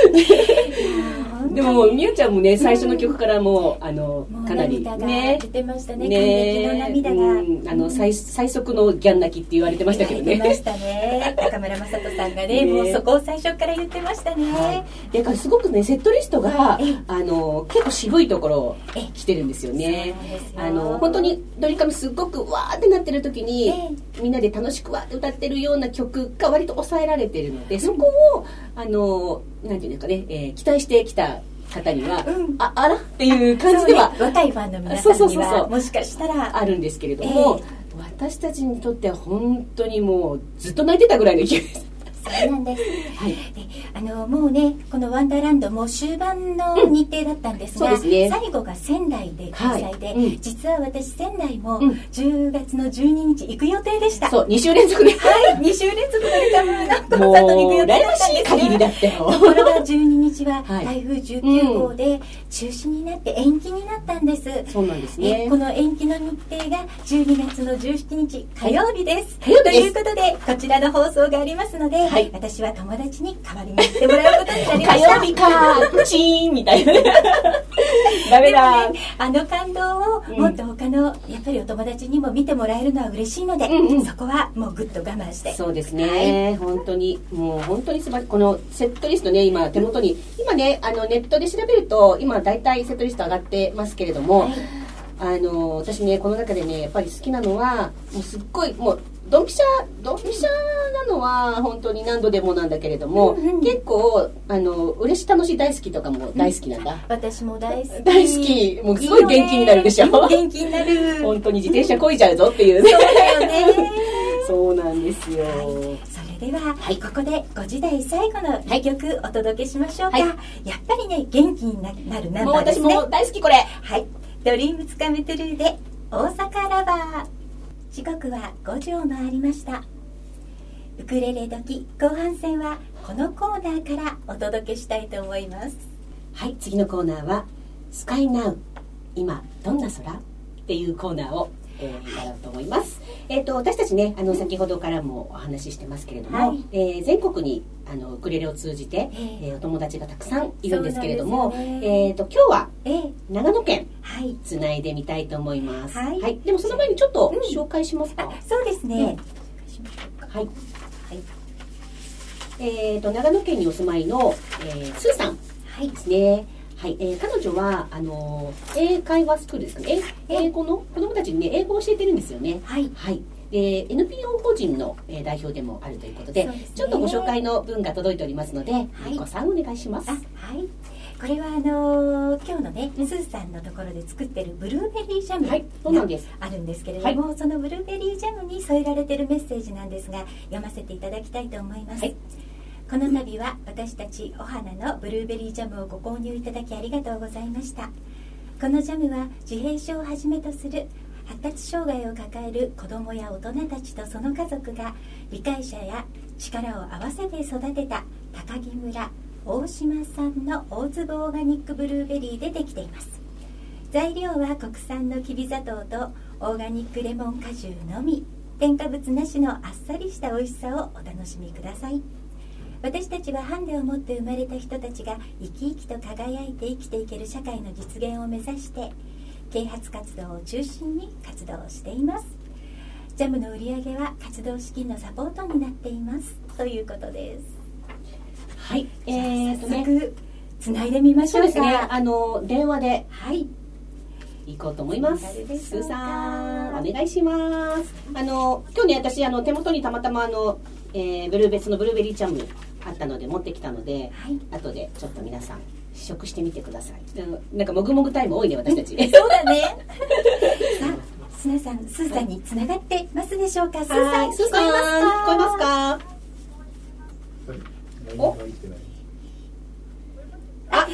でももうみゆちゃんもね最初の曲からもう、あのもうかなり涙がね出てましたね感激のう涙んがあの最最速のギャン泣きって言われてましたけど言われねてましたね高村雅人さんがねねもうそこを最初から言ってましたね、だからすごくねセットリストがええあの結構渋いところをえ来てるんですよねそうなんですよあの本当にドリカムすっごくわーってなってる時に、みんなで楽しくわーって歌ってるような曲が割と抑えられてるのでそこをあのなんていうんですかね、えー期待してきた方には、うんああらっていう感じではそうね若いファンの皆そうそさんうにそうそはうもしかしたらあるんですけれども、私たちにとっては本当にもうずっと泣いてたぐらいの勢いです。そうなんですはいであのもうねこの「ワンダーランド」も終盤の日程だったんですが、うんそうですね最後が仙台で開催で、はいうん実は私仙台もうん10月の12日行く予定でした、そう2週連続ではい2週連続でカムのコンサートに行くもう予定だ羨っまたんしでいす限りだったよところが12日ははい台風19号で中止になって延期になったんです、そうなんですえねこの延期の日程が12月の17日火曜日です。火曜と日ですいうことで、こちらの放送がありますので、はい私は友達に代わりに行ってもらうことになりま <laughs> 火した。曜日かチーンみたいな <laughs> ダメでもだね、あの感動をうんもっと他の、やっぱりお友達にも見てもらえるのは嬉しいので、うんうんそこはもうぐっと我慢して。そうですね、本当にもう本当に素晴らしいこのセットリストね今手元に今ねあのネットで調べると今大体セットリスト上がってますけれども、はいあの私ねこの中でねやっぱり好きなのはもうすっごいもうドンピシャドンピシャなのは本当に何度でもなんだけれども、うんうん結構あの嬉し楽しい大好きとかも大好きなんだ、私も大好き。大好きもうすごい元気になるでしょいいよね元気にな <laughs> る。 <laughs> 本当に自転車こいじゃうぞっていうねそうだよね。そうなんですよ、それでは、はいここでご時代最後の一曲お届けしましょうか、はいやっぱりね元気にななるナンもうバーで私すねも大好きこれはい「ドリームつかめトゥルー」で「大阪ラバー」時刻は5時を回りましたウクレレ時後半戦はこのコーナーからお届けしたいと思いますはい次のコーナーは「スカイナウ今どんな空?」っていうコーナーを、えー、やろうと思います、えー、と私たちねあの先ほどからもお話ししてますけれども、はいえー全国にあのウクレレを通じて、えええーお友達がたくさんいるんですけれども、そうなんですよねえー、と今日はええ長野県はいつないでみたいと思います、はいでもその前にちょっとうん紹介しますか、あそうですね、はい、えー、と長野県にお住まいの、えー、スーさんはいですね。はい、えー彼女はあのー英会話スクールですかね。え英語の子供たちにね英語を教えてるんですよね。はいはい。で NPO 法人の、えー代表でもあるということでそうですねちょっとご紹介の文が届いておりますので、いご参お願いしますあ。はいこれはあのー今日のね、スーさんのところで作ってるブルーベリージャムはい、そうなんです。あるんですけれども、そのブルーベリージャムに添えられているメッセージなんですが読ませていただきたいと思います、はいこの度は私たちお花のブルーベリージャムをご購入いただきありがとうございましたこのジャムは自閉症をはじめとする発達障害を抱える子どもや大人たちとその家族が理解者や力を合わせて育てた高木村大島産の大粒オーガニックブルーベリーでできています材料は国産のきび砂糖とオーガニックレモン果汁のみ添加物なしのあっさりした美味しさをお楽しみください私たちはハンデを持って生まれた人たちが生き生きと輝いて生きていける社会の実現を目指して啓発活動を中心に活動をしていますジャムの売り上げは活動資金のサポートになっていますということですはい、ええー、ー、と早ね、速つないでみましそょううかですね。あの電話ではい行こうと思いますいかがで。しスょうーかさん、お願いします。あの、今日ね、私、あの、手元にたまたま、あの、えーブルーベ、そのブルーベリージャムあったので、持ってきたので、はい後で、ちょっと皆さん、試食してみてください。あのなんか、もぐもぐタイム多いね、私た <laughs> ち。そうだね。さあ、すなさん、すーさんに繋がってますでしょうか。すーさん、スーさん、聞こえまか。すか何が言ってない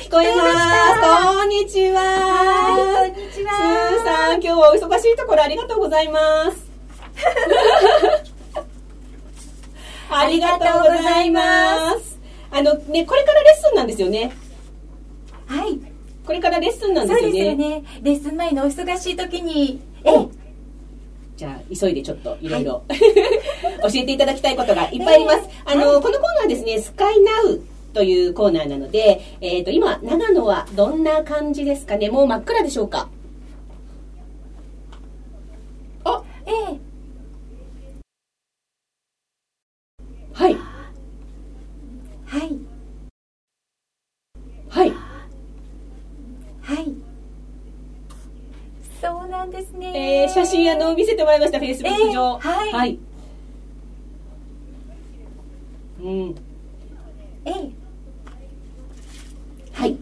こえます。こんにちは。はいこんにちはスーさん、今日はお忙しいところありがとうござい <laughs> ます。ありがとうございます。あのね、これからレッスンなんですよね。はいこれからレッスンなんでそうすよですよね。ねレッスン前のお忙しい時にええじゃあ急いでちょっといろいろ <laughs> 教えていただきたいことがいっぱいあります。あの、このコーナーですね、スカイナウというコーナーなので、えっ、と今長野はどんな感じですかね。もう真っ暗でしょうか。あ、ええはいはいはい。はいそうなんですね、えー、写真あの見せてもらいましたフェイスブック上。えーはいうん。ええはい。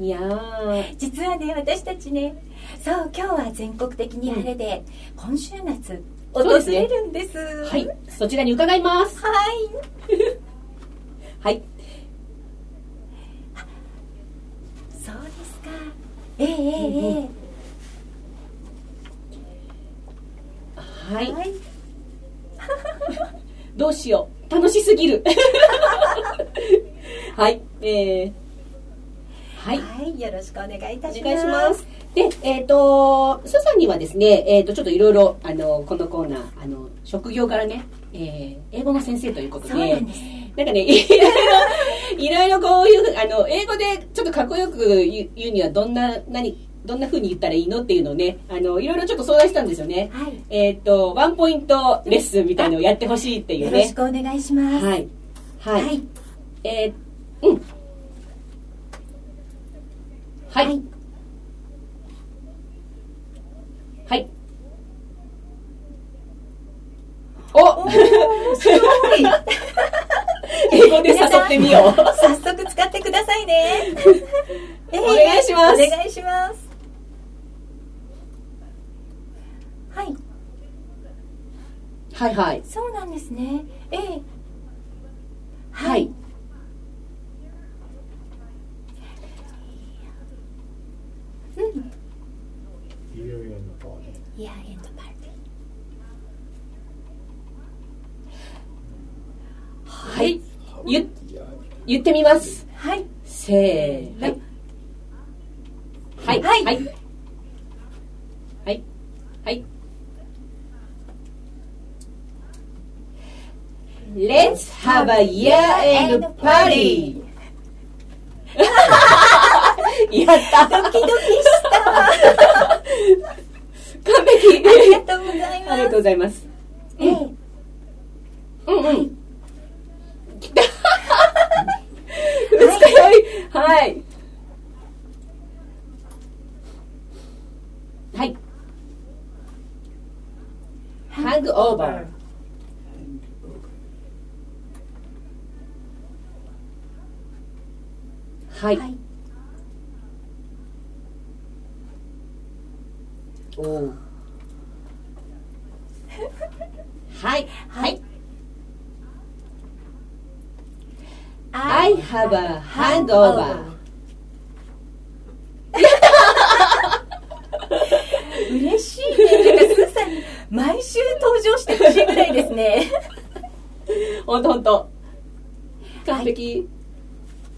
いやー実はね私たちねそう今日は全国的に晴れで、今週末訪そうですねれるんですはい、そちらに伺います。はい <laughs> はい。そうですかええええええはい。はいどうしよう。楽しすぎる。 <laughs> はい。えー、はい。はい、よろしくお願いいたおします。願いします。で、えっ、と、スーさんにはですね、えっ、と、ちょっといろいろ、あの、このコーナー、あの、職業からね、えー英語の先生ということで、そうなんです。なんかね、 <laughs> いろいろ、いろいろこういうふう、あの、英語でちょっとかっこよく言う言うには、どんな、何、どんな風に言ったらいいのっていうのをね、あの、いろいろちょっと相談したんですよね。はい、えっ、と、ワンポイントレッスンみたいのをやってほしいっていうよろねし。くお願いします。はい。は。はいい、えーうん。ははいい。、はい。 <laughs> お英語で誘ってみよう。早速使ってください <laughs> ね。ええお願いしますお願いします。はい、はいはい。そうなんですね。ええははいい。。うん。 Year-end party. イヤーエンドパーテはい。 How- You- Yeah. 言ってみます。ィー。はい。せーの。はい。はいはい。はい。はい。Let's have a year-end party! やったドキドキした完璧ありがとうございます。ありがとうございます。ええうんうん。きた二日酔い <laughs> はい。はい。ハングオーバー。はい。はいおお。はい。はい。I have a hangover. 嬉し <laughs> いね。なんかスーさんに毎週登場してほしいぐらいですね。ほんとほんと。完璧。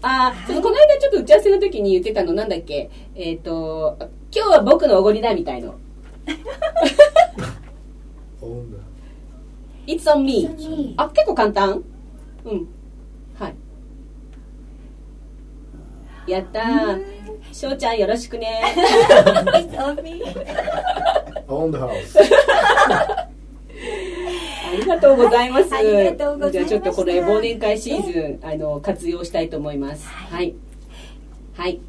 ああ、そのこの間ちょっと打ち合わせの時に言ってたのなんだっけえっ、と、今日は僕のおごりだみたいの。 Own the- It's on 一 me. 緒にあ、結構簡単うん。はい。やったー。しょうちゃんよろしくね。 <laughs> It's on me. Own the house. ありがとうございます。はいありがとうございましたじゃあちょっとこれ忘年会シーズン、あの、活用したいと思います。はい。はい。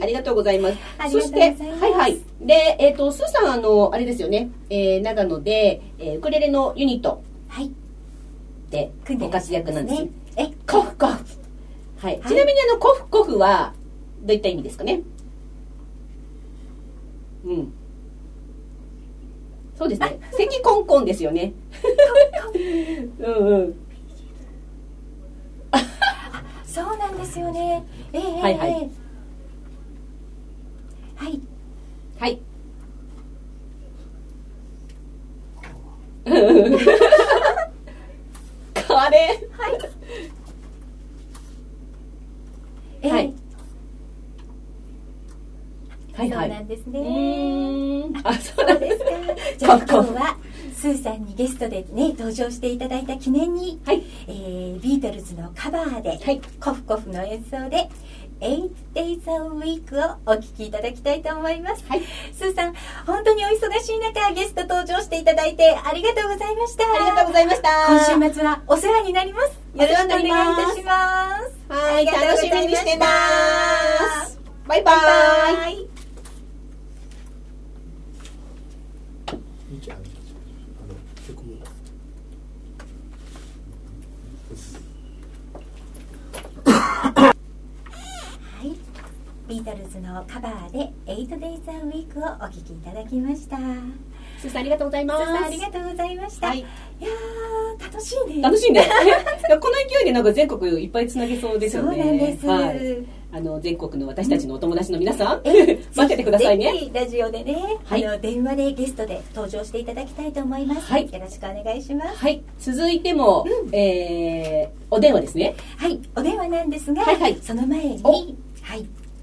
ありがとうございます。ありそがとうしございて、ますはいはい。で、えっ、と、スーさん、あの、あれですよね、えー長野で、えーウクレレのユニットはい。で組んでごらっ活しゃいま躍なんですね。。え、コフコフ。はい。いちなみに、あの、コフコフは、どういった意味ですかねうん。そうですね。 <laughs> 咳コンコンですよね。うんうん。そうなんですよね。ええはいはいええはい。はい。カレええはいー。はいそはうい。なんですね。うーん。あ、そうそなうんでですすかか。。じゃあ今日かっこはスーさんにゲストでね登場していただいた記念に、はいえービートルズのカバーで、はいコフコフの演奏で「8 Days a Week」をお聴きいただきたいと思います、はいスーさん本当にお忙しい中ゲスト登場していただいてありがとうございましたありがとうございました。今週末はお世話になりますよろしくお願いいたしますはい、ありが楽とうしござみいにましてたます。バイバイ。バイバイいいじゃんあの曲もはい、ビートルズのカバーで「8 Days a Week」をお聴きいただきましたすーさんありがとうございま鈴さんあすり。がとうございました、、はいい、やー楽しいね楽ししいね。 <laughs> いやこの勢いでなんか全国いっぱいつなげそうですそようなんね。です、はい。あの全国の私たちのお友達の皆さん、え <laughs> 待っててくださいぜね。ひラジオでね、はいあの電話でゲストで登場していただきたいと思います、はいよろしくお願いしますはい、続いても、えー、お電話ですね。はいお電話なんですが、はいはいその前におはい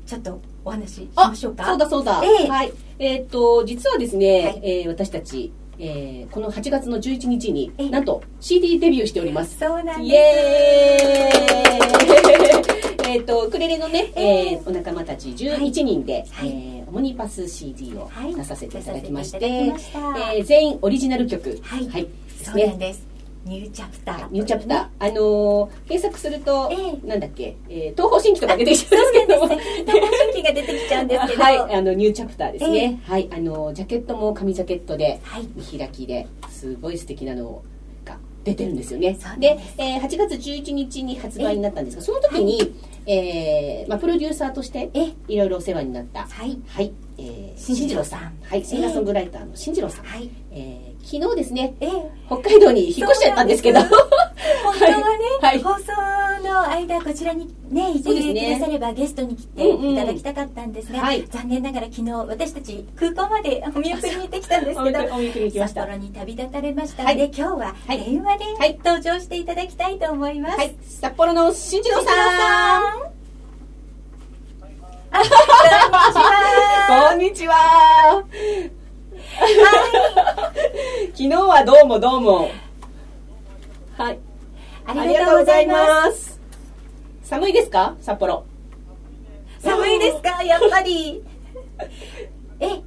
ちょっとお話ししましょうかそうだそうだ。ええはい。えーっと実はですね、はいえー私たち、えーこの8月の11日に、ええなんと CD デビューしております。そうなんですイエーイ <laughs> えっとウクレレのね、えーお仲間たち11人で、はいえーオムニパス CD をはい出させていただきまして、出させていただきましたえー全員オリジナル曲、はいですそうなんね。ですニューチャプターニューチャプター、あのー検索すると、ええなんだっけ、えー東方神起とか出てきちゃうんですけどそうもなんですね。東方神起が出てきちゃうんですけど。はい、あのニューチャプターですね、はいあのジャケットも紙ジャケットではい見開きですごい素敵なのが出てるんですよねそうでなんですえー8月11日に発売になったんですがその時に、えーまあ、プロデューサーとしてえ、いろいろお世話になったはい。はい、えー、進進次次郎郎ささんんはい、シンガーソングライターの進次郎さん、はい。えー昨日ですねええ、北海道に引っ越しちゃったんですけどそう本当はね、はい放送の間こちらにねいてそうですくねださればゲストに来てうんうんいただきたかったんですが、はい残念ながら昨日私たち空港までお見送りに行ってきたん <laughs> ですおけ見ど送りお見送りに来まし札た幌に旅立たれましたのはで、い今日ははい電話はでい登場していただきたいと思います。はい札幌の進次郎進次郎さんさんあこんにちは。こんにちは。 <laughs> 昨日はどうもどうも。はい。ありがとうございます。す。寒いですか札幌。寒いですかやっぱり。 <laughs> え、そう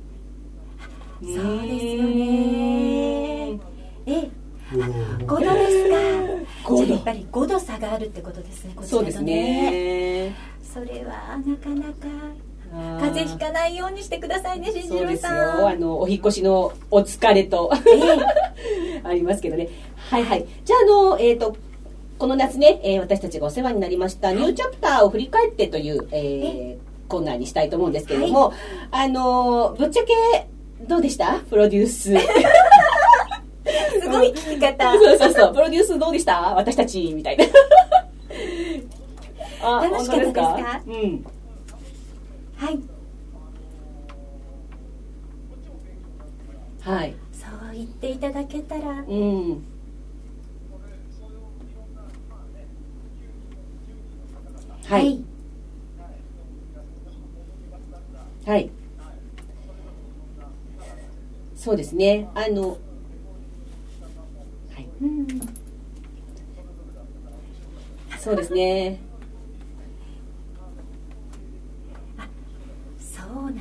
そうですよね。え、うん5度ですか。 5度じゃあやっぱり5度差があるってことですね。こちらそうとです。ね。それはなかなか風風邪ひかないようにしてくださいね、しんじそうろでうすさよ。あん。の、お引越しのお疲れと <laughs> ありますけどね。はいはい。じゃあ、あの、えっ、と、この夏ね、えー私たちがお世話になりました、ニューチャプターを振り返ってという、えーコーナーにしたいと思うんですけれども、あの、ぶっちゃけ、どうでしたプロデュー <laughs> ス。すごい聞き方。そうそうそう。プロデュースどうでした私たち、みたい <laughs> な。あ楽しかったですか本当うん。はい。はい。そう言っていただけたら。うん。はい。。はい。そうですね。あの、はい。うん。そうですね。そうなんだ。は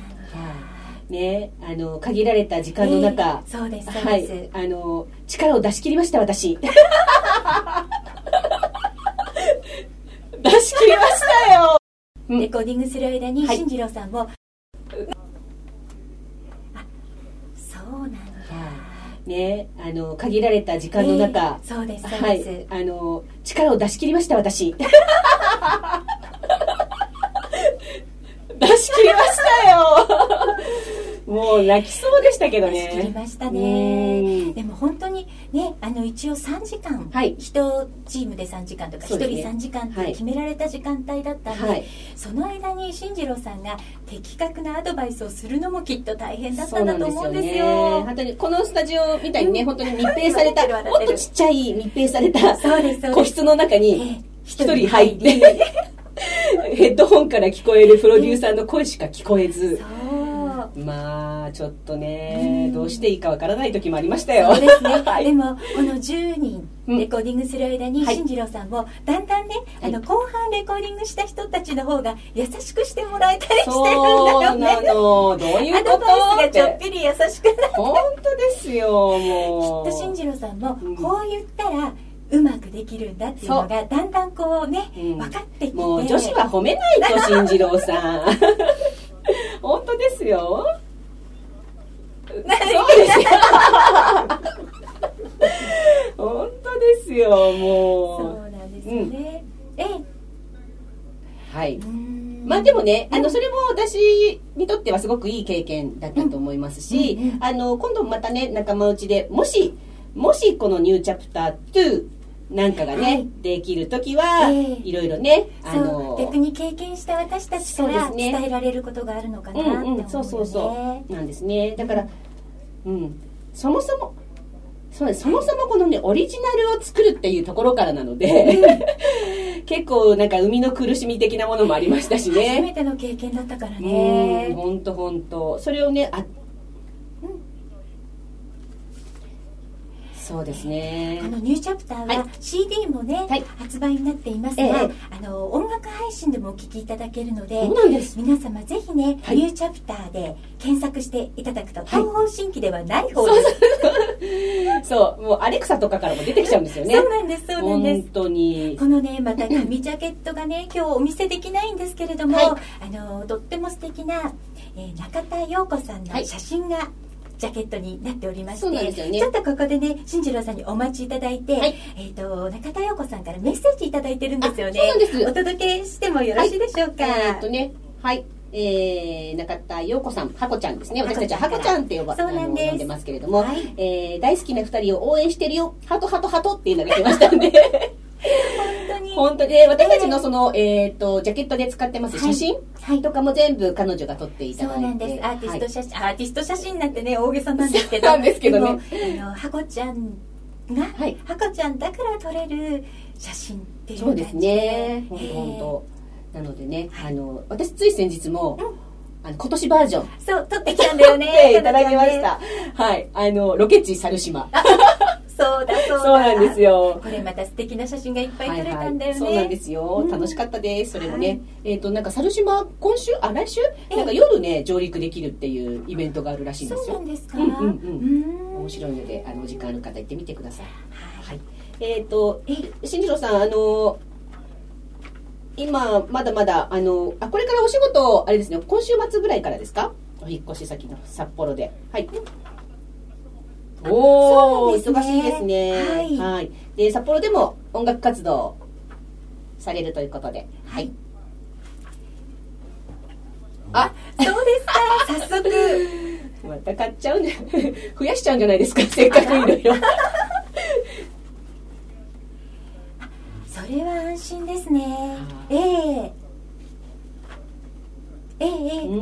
い。ね、あの、限られた時間の中え、そうです、そうはでいす。。あの、力を出し切りました、 <laughs> 私。出し切りましたよレコーディングする間にはい進次郎さんも、あそうなんだね、あの限られた時間の中えー、そうですそうはでいす、、あの力を出し切りました私出し切りま <laughs> したよもう泣きそうでしたけど出し切りねましたねうんででも本当にねあの一応3時間、はい1チームで3時間とか1そうですね人3時間ってはい決められた時間帯だったんで、はいその間に進次郎さんが的確なアドバイスをするのもきっと大変だったそうんなだとんです思うよんですよ。ね。本当にこのスタジオみたいにね、本当に密閉され笑ったてる笑っもてっるとちっちゃい密閉されたそうですそうです個室の中えにえ一人入って、ヘッドホンから聞こえるプロデューサーの声しか聞こえずそ、うまあちょっとうねんどうしていいかわからない時もありましたよそうですね、はいでもこの10人うんレコーディングする間にはい進次郎さんもだんだんね、あのは後半レコーディングした人たちの方が優しくしてもらえたりしてるんだそようなねのどういアうこドバとイっスがちょってぴり優しくなって本当ですよもきっと進う次郎さんもうんこう言ったらうまくできるんだっていうのがだんだんこうね、うん分かってきてもう女子は褒めないと進次郎さん本当ですよ <laughs> そうですよ本当ですよそもうなんですよね、ええうはいうーんまあでもね、うんあのそれも私にとってはすごくいい経験だったと思いますし、うんうんうんあの今度またね仲間内でもしもしこのニューチャプター2なんかがね、はいできる時は、ええいろいろねあそうの逆に経験した私たちかそうでらすね伝えられることがあるのかなっうて思うよね、んうんそうそうそうなんですねだからうんそもそもそうですそもそもこのねオリジナルを作るっていうところからなので <laughs> 結構なんか生みの苦しみ的なものもありましたしね初めての経験だったからうんね本当本当それをねあ、うんそうですあのねニューチャプターはは CD もね、はい発売になっていますが、ええあの音楽配信でもお聴きいただけるのでそうなんです皆様ぜひね、はいニューチャプターで検索していただくと、はい東方新規ではない方ですそうもうアレクサとかからも出てきちゃうんですよねそうなんですそうなんです本当にこのねまた紙ジャケットがね今日お見せできないんですけれども、はあのとっても素敵な、えー中田陽子さんのはい写真が、ジャケットになっておりましそうなんですて、よねちょっとここでね進次郎さんにお待ちいただいて、はいえっ、と中田陽子さんからメッセージいただいてるんですよねあそうなんですお届けしてもよろしいでしょうか、えーっとねはいえー、中田陽子さん、ハコちゃんですね。私たちはハコちゃんって呼ばそうなあんのです呼んでますけれども、はいえー大好きな二人を応援してるよ、ハトハトハトっていうのが来ましたんで、本当に本当に、えー私たちのその、えーっと、ジャケットで使ってます写真はいとかも全部彼女が撮っていそたうだいて。なんです。アーティストはい写真、アーティスト写真なんてね、大げさなんですけど。そうなんですけどねでもあの、ハコちゃんが、はいハコちゃんだから撮れる写真っていうそう感じですね。え本ー当本当。なのでね、あの私つい先日も、あの今年バージョンそう、撮ってきたんだ <laughs> よね。でいただきました。。はい、あのロケ地猿島。そうだ、そうだ。そうなんです。よこ。れまた素敵な写真がいっぱい撮れたんだよね。そうなんですよう。ん楽しかったです。それもはねい、えっとなんか猿島今週あ来週ええなんか夜ね上陸できるっていうイベントがあるらしいんでそうすなよん。ですか。うんうんうんん面白いのであのお時間ある方行ってみてください。は。はいい。えっとえ新次郎さんあの今まだまだあのあこれからお仕事あれですね今週末ぐらいからですかお引っ越し先の札幌ではいおお、そうなんですね忙しいですねはいで札幌でも音楽活動されるということではい、あそうですか。早速。また買っちゃうんで <laughs> 増やしちゃうんじゃないですかせっかくいろいろそれは安心ですね。ええええええうー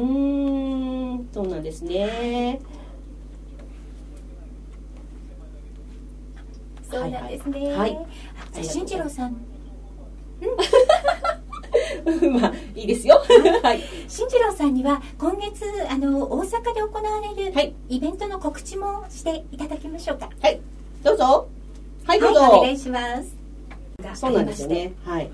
んそうなんですねそうなんですね。はいはいあじゃあ、新次郎さん、 <laughs> まあいいですよはい新次郎さんには今月あの大阪で行われるはいイベントの告知もしていただきましょうか。はい、どうぞ。はい、どうぞ。はい、お願いします。そうなんですよね。はい。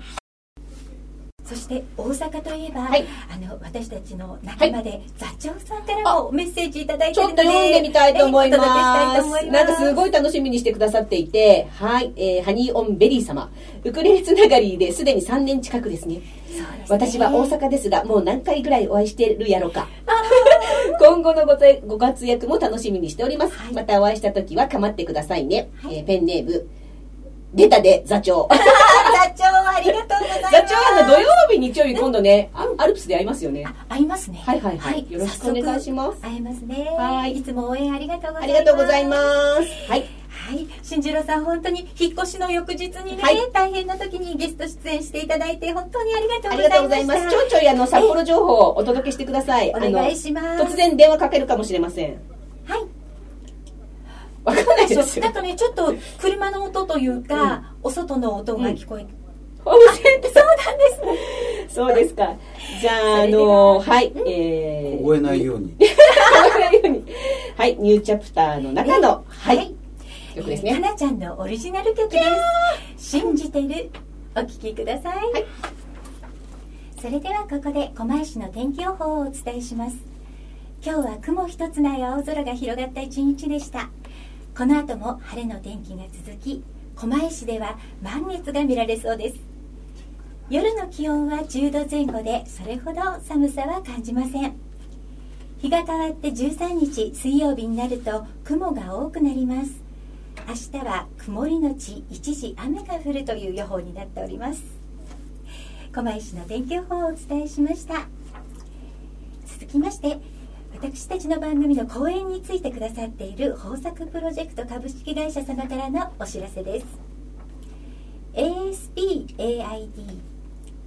そして大阪といえば、はいあの私たちの仲間で座長さんからもメッセージいただいてちょるのっとで、読んでみたいと思いまええお届けしたいす。と思います。なんかすごい楽しみにしてくださっていて、はい、えー、ハニーオンベリー様。ウクレレつながりですでに3年近くですね。そうですね私は大阪ですが、もう何回ぐらいお会いしてるやろか。 <laughs> 今後のごてご活躍も楽しみにしております。はいまたお会いした時は構ってくださいね。はいえーペンネーム、出たで座長。あ座長ありがとうございま座す。長はあの土曜日、日曜日、今度ね、アアルプスで会いますよね。ありますね。はいはいはいよろしくお願いします早速会えますね。はいいつも応援ありがとうございまあす。りがとうございます。はい。浦さん本当に引っ越しの翌日にね、はい大変な時にゲスト出演していただいて本当にありがとうあごりざいましたがとうございます。ちょいちょいあの札幌情報をお届けしてください。お願いしまあすの突然電話かけるかもしれません。はいわかんないでそうすよだ。とねちょっと車の音というか、お外の音が聞こえて、ホームセンター。そうなんです。そうですか。じゃあ、あそれでの、ははい、えー、覚えないように。覚えないように。はい、ニューチャプターの中の、はい、曲ですかね。なちゃんのオリジナル曲です信じてるお聴きください、それではここで狛江市の天気予報をお伝えします今日は雲一つない青空が広がった一日でしたこの後も晴れの天気が続き狛江市では満月が見られそうです夜の気温は10度前後でそれほど寒さは感じません日が変わって13日水曜日になると雲が多くなります明日は曇りのち一時雨が降るという予報になっております狛江市の天気予報をお伝えしました続きまして私たちの番組の講演についてくださっている豊作プロジェクト株式会社様からのお知らせです ASPAID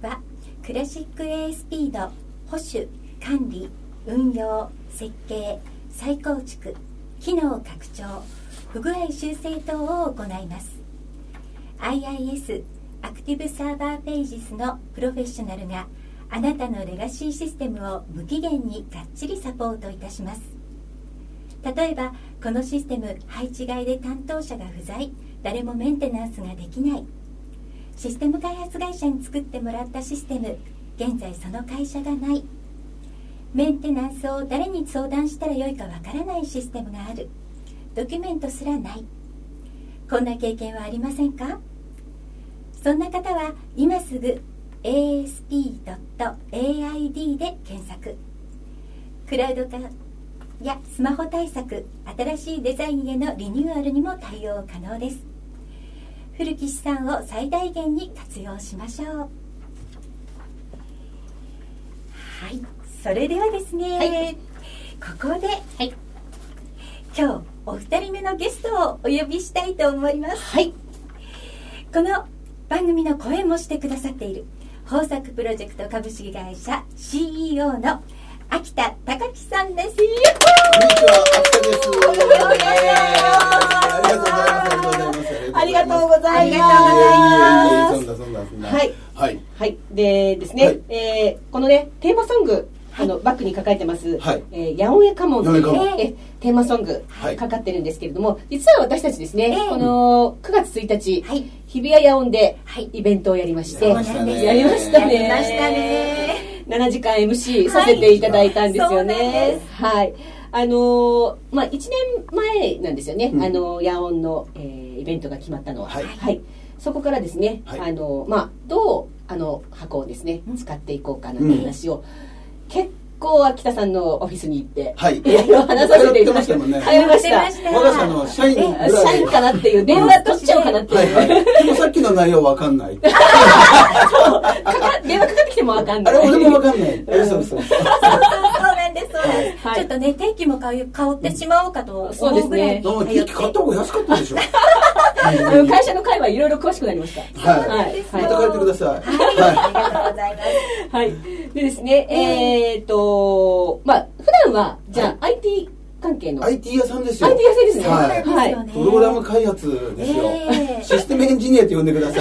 はクラシック ASP の保守管理運用設計再構築機能拡張不具合修正等を行います IIS アクティブサーバーページスのプロフェッショナルがあなたのレガシーシステムを無期限にがっちりサポートいたします例えばこのシステム配置外で担当者が不在誰もメンテナンスができないシステム開発会社に作ってもらったシステム現在その会社がないメンテナンスを誰に相談したらよいかわからないシステムがあるドキュメントすらないこんな経験はありませんかそんな方は今すぐ asp.aid で検索クラウド化やスマホ対策新しいデザインへのリニューアルにも対応可能です古き資産を最大限に活用しましょうはいそれではですね、ここで、今日お二人目のゲストをお呼びしたいと思いますはい、この番組の声もしてくださっている豊作プロジェクト株式会社 CEO の秋田隆樹さんですこんにちは、秋田です。ありがとうございます。ありがとうございます。ありがとうごありざいます。あがとうございいえいえいえいます。えそんなそんなそんな。はい。はい。はい、でですね、はいえーこのね、テーマソング、あの、バックに書かれてます、はいえー八百屋家紋という八百家屋紋えーテーマソング、はいかかってるんですけれども、実は私たちですね、ええこの9月1日、はい日比谷野音ではいイベントをやりまして、やりましたねやりましたね。やりました <laughs> ね7時間 MC させていただいたんですよね。はい。あのーまあ、1年前なんですよね、うんあの、野音の、えーイベントが決まったのは。はいそこからですね、はいあの、まあ、どう、あの、箱をですね、使っていこうかなという話を、結構、秋田さんのオフィスに行って、はい。いろいろ話させていただき通ってましたもんね通いました。私あの社員ぐらい。社員かなっていう、電話取っちゃおうかなってはいいう。はい。でもさっきの内容わかんない。かか電話かかってきてもわかんなあい。れ俺もわかんない。 <laughs> そうそう。そうなんですそうなんです、はいちょっとね天気もかう香ってしまおうかとそうで思すうぐらねいでも通定って期買った方が安かったでしょ。はい。あの会社の会はいろいろ詳しくなりました。はい。はいまた帰ってください。あはりがとうございますはい。でですね、えーっと、まあ、普段は、じゃあ、IT 関係の。い。IT 屋さんですよ。 IT 屋さんですね。はい。そうなんですよねプログラム開発ですよ。ええシステムエンジニアって呼んでください。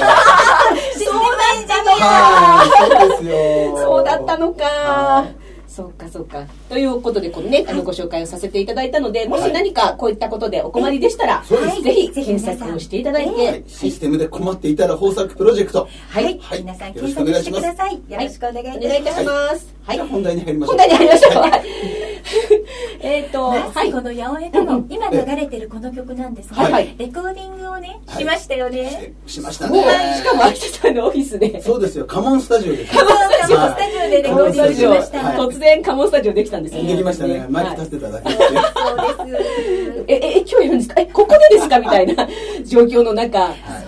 そうなんじゃねはい、そうですよ。そうだったのかはい。そうかそうか。ということで、このね、あの、ご紹介をさせていただいたので、もし何かこういったことでお困りでしたら、そうですぜひ検索をしていただいて、はい、システムで困っていたら豊作プロジェクト。はいはい皆さんよろ検しくお索願いしてしくますださいよろしくお願いいたしまおす、願いいたします。はじゃあい。本題に入りましょ本う。題に入りましょう。 <laughs> はいえーっと、まはずいこ。の八百屋かもう今流れてるこの曲なんですが、はいはいレコーディングをね、はいしましたよね、しましたもう、ね。しかも、秋田さんのオフィスで。そうですよ。カモンスタジオです。カモンスタジオはいスタジオでレカモンスタジオカモンスタジオはい突然カモンスタジオできたんですよね。できましたね。マイクはい立ってただけで。そうですえ、え、え今日いるんですかえ、ここでですかみたい <laughs> な状況の中、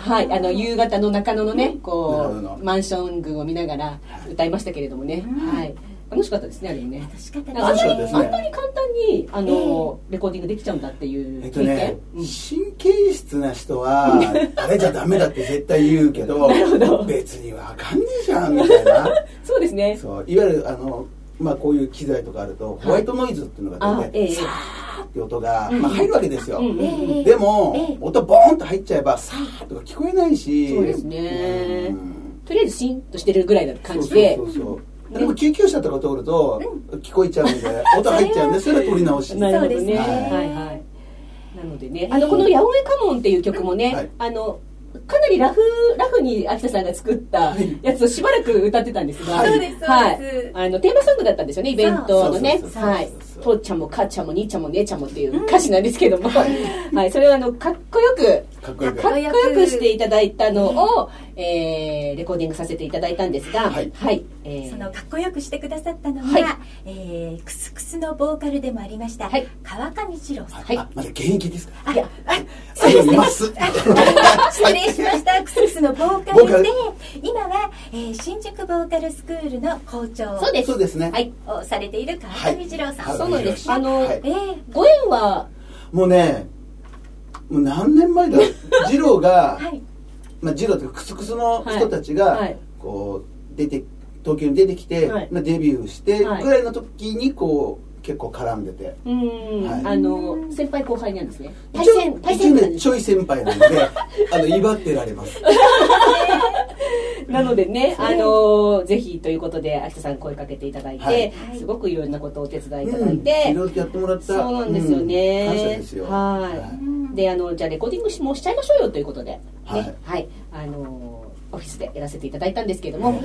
はい、あの、夕方の中野のね、こなるほう、マンション群を見ながら歌いましたけれどもね、はい。楽しかったですねあれもね楽しかったあでんすなに楽しかったですあねんなに簡単にあの、レコーディングできちゃうんだっていうえっと経験、ね、うん神経質な人は、あれじゃダメだって絶対言うけど、別にわかんねえじゃん、みたいな。そうですねそう、いわゆる、あの、まあこういう機材とかあると、ホワイトノイズっていうのがあ出ええて、さーって音が、まあ入るわけですよう。んうんうんでもええ、音ボーンと入っちゃえば、さーっとか聞こえないし。そうですねうんとりあえずシーンとしてるぐらいな感じでそうそうそうそう。でも救急車とか通ると、聞こえちゃう <laughs> んで、音入っちゃうんで、それは取り直し。なるほどそうねですはねいはいなのでねあのこの「八百屋家門」っていう曲もね、はいあのかなりラフラフに秋田さんが作ったやつをしばらく歌ってたんですが、はいそうですそうですはい、あのテーマソングだったんですよねイベントのねそうそうそうそうはい父ちゃんも母ちゃんも兄ちゃんも姉ちゃんもっていう歌詞なんですけども、はい、それをあのかっこよくかっこよくかっこよくしていただいたのを、えーレコーディングさせていただいたんですが、はいえーそのかっこよくしてくださったのが、はいえークスクスのボーカルでもありました、はい川上二郎さん、はいあまだ現役ですかああそうですねいますあ失礼しましたクスクスのボーカボーカルルで今は、えー新宿ボーカルスクールの校長そうですそうですねはいをされている川上二郎さん、はいそうなんですはあいの、はいえーご縁はもうねもう何年前だろう二郎が、はいまあ、二郎というかクスクスの人たちが、はいはいこう出て東京に出てきて、はいまあ、デビューしてはいぐらいの時にこう結構絡んでてうん、はいあの先輩後輩なんですね対一応戦対戦一応なんねでちすょい先輩なんで <laughs> あの威張ってられますなのでねあのぜひということで秋田さん声かけていただいて、はいすごくいろんなことをお手伝いいただういんいて、ろいろやってもらったそうなんですよね、うん感謝ですよはい、うんであのじゃあレコーディングしもうしちゃいましょうよということでねはいはい、あのオフィスでやらせていただいたんですけれども、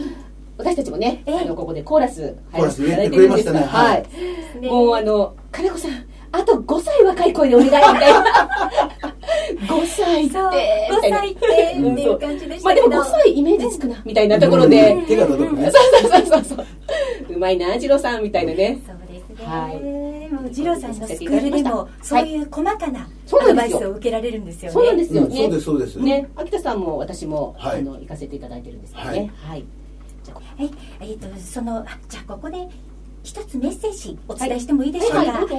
私たちもね、あのここでコーラス入らせていただいてるんですが、コーラスねやはってい、ねもうあの金子さんあと5歳若い声でお願いみたい <laughs> な5歳ってそう5みたいな歳ってっていう感じでしまあたでけもど、 5歳イメージつくなみたいなところで、うん手が届く <laughs> ねそうそうそうそうそううまいな次郎さんみたいなねそうですね、はもう二郎さんのスクールでもそういう細かなそうアドなんバでイすスよを受けられるんですよねそうなんですようんね、そうですそうですね、秋田さんも私も、はいあの行かせていただいてるんですよね。ははいい。じゃあこはい、えー、とそのあじゃあここで一つメッセージお伝えしてもいいでしょうか、はいはいどうぞ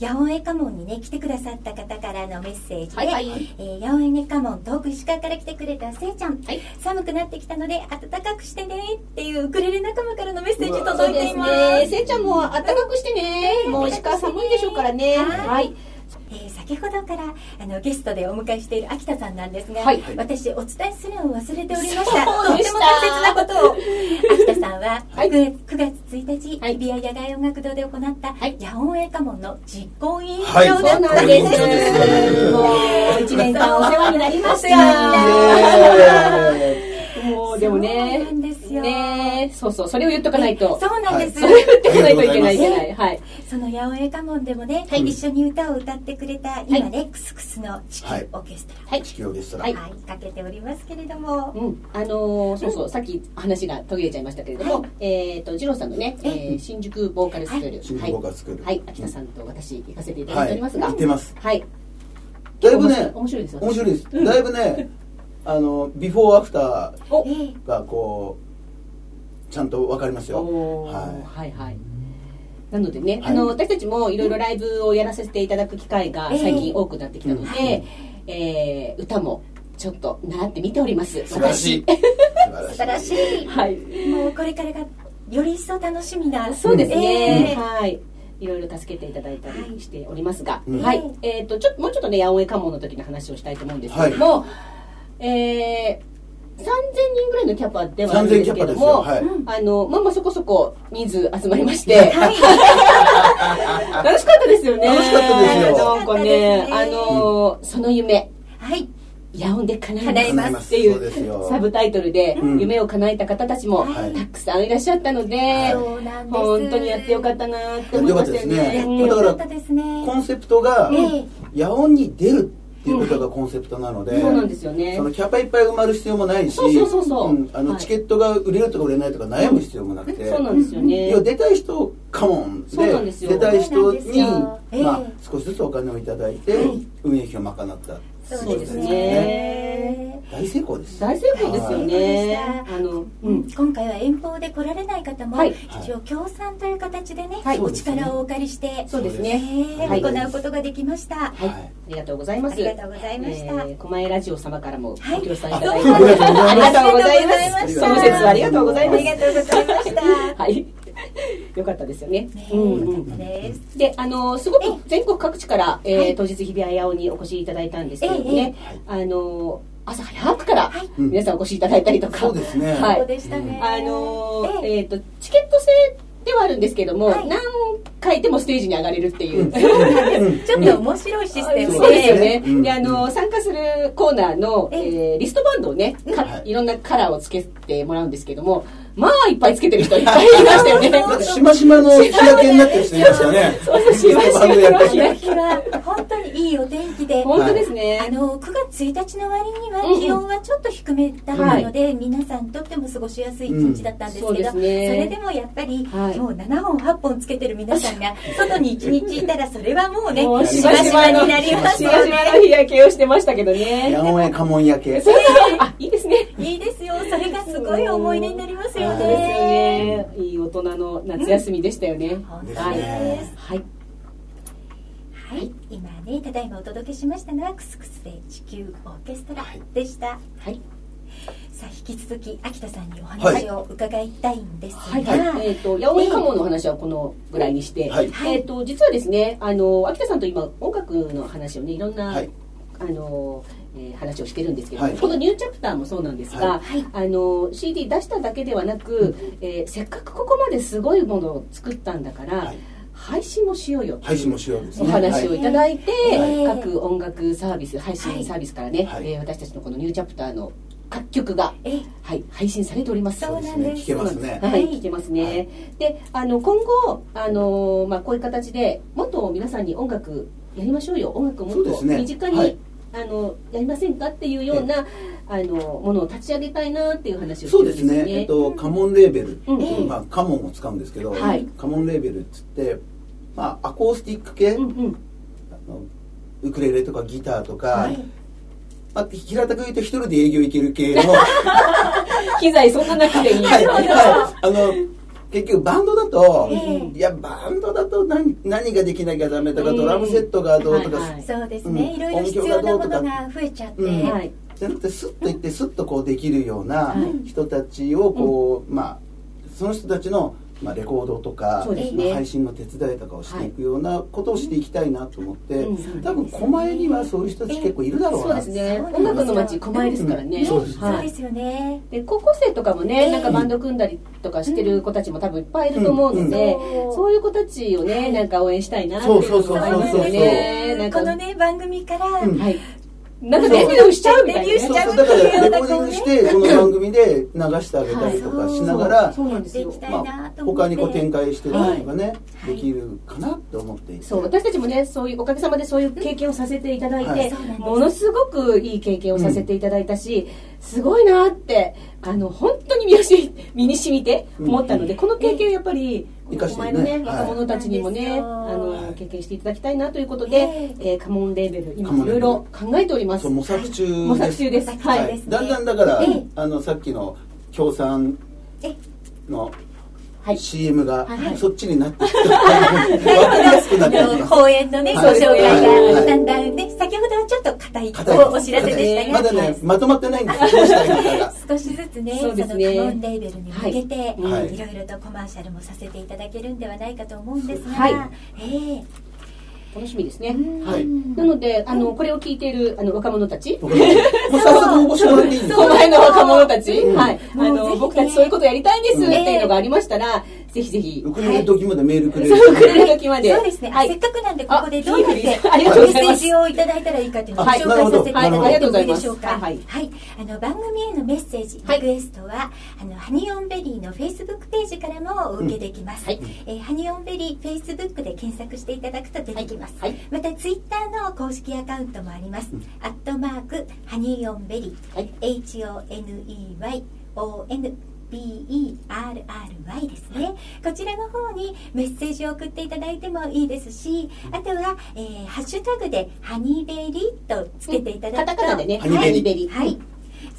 え八百屋家門にね来てくださった方からのメッセージで、はいはいえー八百屋家門遠く石川から来てくれたせいちゃん、はい寒くなってきたので暖かくしてねっていうウクレレ仲間からのメッセージそ届ういてでいすますね。せいちゃんも暖かくしてね。もう石川寒いでしょうからね。はいはい。えー先ほどからあのゲストでお迎えしている秋田さんなんですが、はい私お伝えするのを忘れておりましたそうとてでしもた大切なことを秋田さんは <laughs> はい9月 ,9 月1日、はい日比谷野外音楽堂で行ったはい野音映画門の実行委員長はいそうだなったんんでです、す。もう一年間お世話になりましお世話た。もうでもね。そうなんですよね、そうそう、それを言っとかないと。そうなんです、それを言っとかないといけないじゃなあい。はい。 <laughs> その八百屋家門でもね、はい一緒に歌を歌ってくれた今ね、クスクスのチキンオーケストラ、はい。地球オーケストラ、はいはい、かけておりますけれども、うん、あのーそうそう、さっき話が途切れちゃいましたけれども、えっ、と、二郎さんのね、えー新宿ボーカルスクール、はい、新宿ボーカルスクールはい、秋田さんと私行かせていただいておりますが、はい行ってますはい、だいぶね面白いですよ。面白いです、だいぶねあのビフォーアフターお、えーがこうちゃんとわかりますよ。おーははい、はい。なのでね、はあいの私たちもいろいろライブをやらせていただく機会が最近多くなってきたので、えー歌もちょっと習ってみております。い。素晴らしい。素素晴らしい私。はい。もうこれからがより一層楽しみなそうですね、えーはいいろいろ助けていただいたりしておりますが、うんはい、えっ、とちょっともうちょっとね八百屋家紋の時の話をしたいと思うんですけども、えー3000人ぐらいのキャパではあるんですけども、 3000キャパですよあの、まあまあそこそこ人数集まりまして、 <laughs> 楽しかったですよね。楽しかったですよなんかね、楽しかったあですねの、その夢、はいヤオンで叶叶ええまますすっていそうですうよサブタイトルで、うん夢を叶えた方たちもはいたくさんいらっしゃったので、はいそうなんです本当にやってよかったなって思いましたよやってやねよっ。てようんかたかったですねコンセプトがえ野音に出るっていうことがコンセプトなので。そうなんですよねそ。のキャパいっぱい埋まる必要もないし、そうそうそうそううんあのはいチケットが売れるとか売れないとか悩む必要もなくて。そうなんですよね。要は出たい人カモンでそうなんですよ出たい人そうなにんですよええまあ、少しずつお金をいただいて、運営費を賄ったそうですそうですねね。大成功です。大成功ですよねはい。あの、ううんん、、今回は遠方で来られない方も、はい一応協賛という形でね、はいお力をお借りして、そうですえね。ーはい行うことができました。はい、はいありがとうございます。ありがとうございましたえー狛江ラジオ様からもはいご協賛いただいて、どうもありがとうございあまりす。がそとうのございました説はありがとうございあますり。がとうございました。はい、よかったですよね。ねうんうよかったん。です。で、あのすごええく全国各地から、えーはい当日日比谷八尾にお越しいただいたんですけれどもえね、あの朝早くからはいうん皆さんお越しいただいたりとか、そうですね。はいそうでしたね。あのーえええっ、とチケット制ではあるんですけども、はい何回でもステージに上がれるっていう。そうなんです。ちょっと面白いシステムそうですよね。うんで、あの、参加するコーナーの、ええーリストバンドをね、かいろんなカラーをつけてもらうんですけども、まあ、いっぱいつけてる人いっぱいいましたよね。しましまの日焼けになってる人いましたね。 <laughs> そうしまバンドやったしりこのね。日は本当にいいお天気で、本当ですあね。の9月1日の割にうんうはん気温はちょっと低めだったので、皆さんにとっても過ごしやすい一日だったんですけど、うんそうですそねれでもやっぱり、はいもう7本8本つけてる皆さんが外に1日いたらそれはもうねもうししばばししばばにのなりますしばよしね。ばの日焼けをしてましたけどね。やおやかもん焼け。そうあ、いいですね。いいですよそれがすごい思い出になりますよそうですよね。ね。いい大人の夏休みでしたよね。本です当ですね。はい。はい、今ねただいまお届けしましたのは「クスクスで地球オーケストラ」でした、はい。さあ引き続き秋田さんにお話を伺いたいんですが、はい、えっ、と、八尾カモの話はこのぐらいにして、はいえっ、と、実はですね、あの、秋田さんと今、音楽の話をね、いろんな、はい。あの、えー話をしてるんですけど、はいこのニューチャプターもそうなんですはが、いあの CD 出しただけではなく、えーせっかくここまですごいものを作ったんだから、はい配信もしようよっていう配信もしようですおね。話をはいただいて、はい各音楽サービス配信サービスからね、はいえー私たちのこのニューチャプターの各曲が、ええはい、配信されております。そうなんですい聞けますね。ははいい、聞けますね。で、あの今後あのまあこういう形でもっと皆さんに音楽やりましょうよ、音楽をもそうっでとすね身近に、はいあのやりませんかっていうようなあのものを立ち上げたいなっていう話をしてそうるんでですすよねね。。えっとカモンレーベルっていうう、んまあカモンを使うんですけど、はいカモンレーベルっつって、まあアコースティック系、うんうん、あのウクレレとかギターとか、はいまあ平たく言うと一人で営業行け <laughs> る系の。機材そんななくていい。はい、はい、あの結局バンドだと、ええいやバンドだと何何ができなきゃダメとか、うんドラムセットがどうとか、はいはいそうですね、うんいろいろ必要なものが増えちゃって、うんはいじゃなくてスッと行ってスッとこうできるようなはい人たちをこう、まあその人たちの、まあ、レコードとか、そうですまねあ配信の手伝いとかをしていくようなことをしていきたいなと思って、うん多分狛江にはそういう人たち結構いるだろうそうな、ですね。そうなんですよ音楽の街狛江ですからね。うんそうですはいそうですよね、で高校生とかもえねえなんかバンド組んだりとかしてる子たちも多分いっぱいいると思うので、うんうんうんそういう子たちをねなんか応援したいなっていうのもありますよそうそうそうねなんかこのね番組から、うんはいなんかデビューしちゃうみたいな、ね、そうちゃそううだからレコーディングしてその番組で流してあげたりとかしながら、そうそうなんですでよきたいまなと思あ、って他にこう展開してるのがね、はいできるかなって思っていてそう私たちもねそういうおかげさまでそういう経験をさせていただいて、はいそうなんですものすごくいい経験をさせていただいたし、すごいなってあの本当に身にし身に染みて思ったので、この経験をやっぱり、生こかのして前ねのねはい若者たちにもね、そうなんあですよの経験していただきたいなということで、ええーカモンレーベルカモ今いンろレーベいルろ考えておりますそう模索中模索です模中です索中はい、ですねだんだんだから、ええあのさっきの協賛えのはい CM がはいはいそっちになってきた、わかりやすくな <laughs> あってきのた公演のねごはい紹介はがいだんだんね先ほどはちょっと硬い硬いですお知らせでしたまが、だねまとまってないんですよどうしたらいいの <laughs> かが少しずつねそそうですのねカモンレーベルに向けて、いはいろいろとコマーシャルもさせていただけるんではないかと思うんですが、はいええ楽しみですね、うんはい、なのであのこれを聞いているあの若者たち、僕ももう早速応募してもらっていいんですこのか辺の若者たち、うんはい、あもうぜひのね僕たちそういうことやりたいんですっていうのがありましたら、ぜひぜひウクレレ時までメールくれる、そうくれる時までそうですね、あはいせっかくなんでここでどうやってメあありがとうッセございーますジをいただいたらいいかというのをごはい紹介させていただいてもいいでしょうか。はいははいい、あの番組へのメッセージ、はいリクエストはあのハニオンベリーのフェイスブックページからもお受けできます。うんはいえーハニオンベリーフェイスブックで検索していただくと出てきます。はいまたツイッターの公式アカウントもあります。アットマークハニオンベリーはい H O N E Y O N BERRY ですねこちらの方にメッセージを送っていただいてもいいですしあとは、えーハッシュタグで「ハニーベリー」とつけていただくと、カタカナでねハニーベリーベリーはい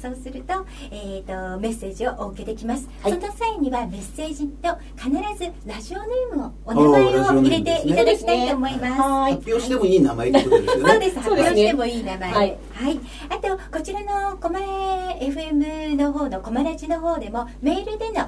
そうすると,、えー、とメッセージをお受けできます、はいその際にはメッセージと必ずラジオネームをおあー名ラジ前オをネ入ーれムでてすねいただきたいと思います、は発い表してもいい名前ってことですよねそうです発そうで表すねしてもいい名前ははいい、あとこちらのコマ FM の方のコマラジの方でもメールでの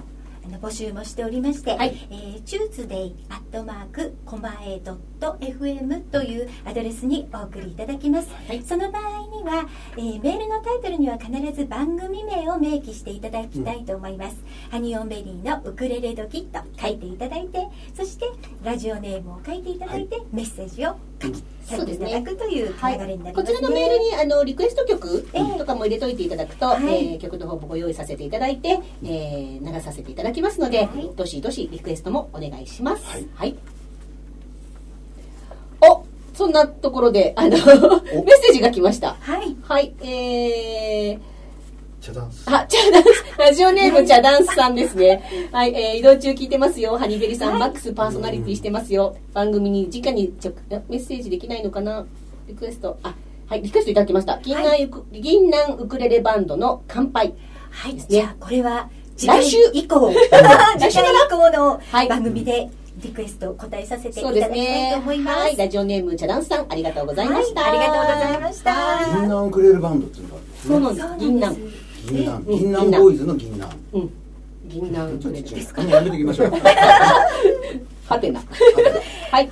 あの募集もしておりまして、はいえー、チューズデイアットマークコマエドット FM というアドレスにお送りいただきます、はいその場合には、えーメールのタイトルには必ず番組名を明記していただきたいと思います、ハニオンベリーのウクレレドキと書いていただいてそしてラジオネームを書いていただいて、メッセージを書きそうですねいただくという流はいれになります、ねこちらのメールにあのリクエスト曲ええとかも入れといていただくと、はいえー曲の方もご用意させていただいて、えー流させていただきますので、はいどしどしリクエストもお願いします。はいおそんなところであの <laughs> メッセージが来ました。はいはい、えー、茶ダンスあ、チャダンス、ラジオネームチャダンスさんですね。はい、えー移動中聞いてますよ。ハニベリさん、マックスパーソナリティしてますよ。番組に直に直あメッセージできないのかなリクエスト、あ、はい、リクエストいただきました。銀南ウク、銀南ウクレレバンドの乾杯。はい、ですねじゃあこれは次来回週以 <laughs> 降次回以降のはい番組でリクエストを答えさせていそたうだきでたすいね。と思いますはい、ラジオネームチャダンスさん、ありがとうございました。はいありがとうございました銀杏ウクレレバンドっていうのがあるんですそうねなんです。銀南。うん銀杏銀杏ボーイズの銀杏うん。銀南ウクレレ。ちょっとやめていきましょうはてな。ははい。い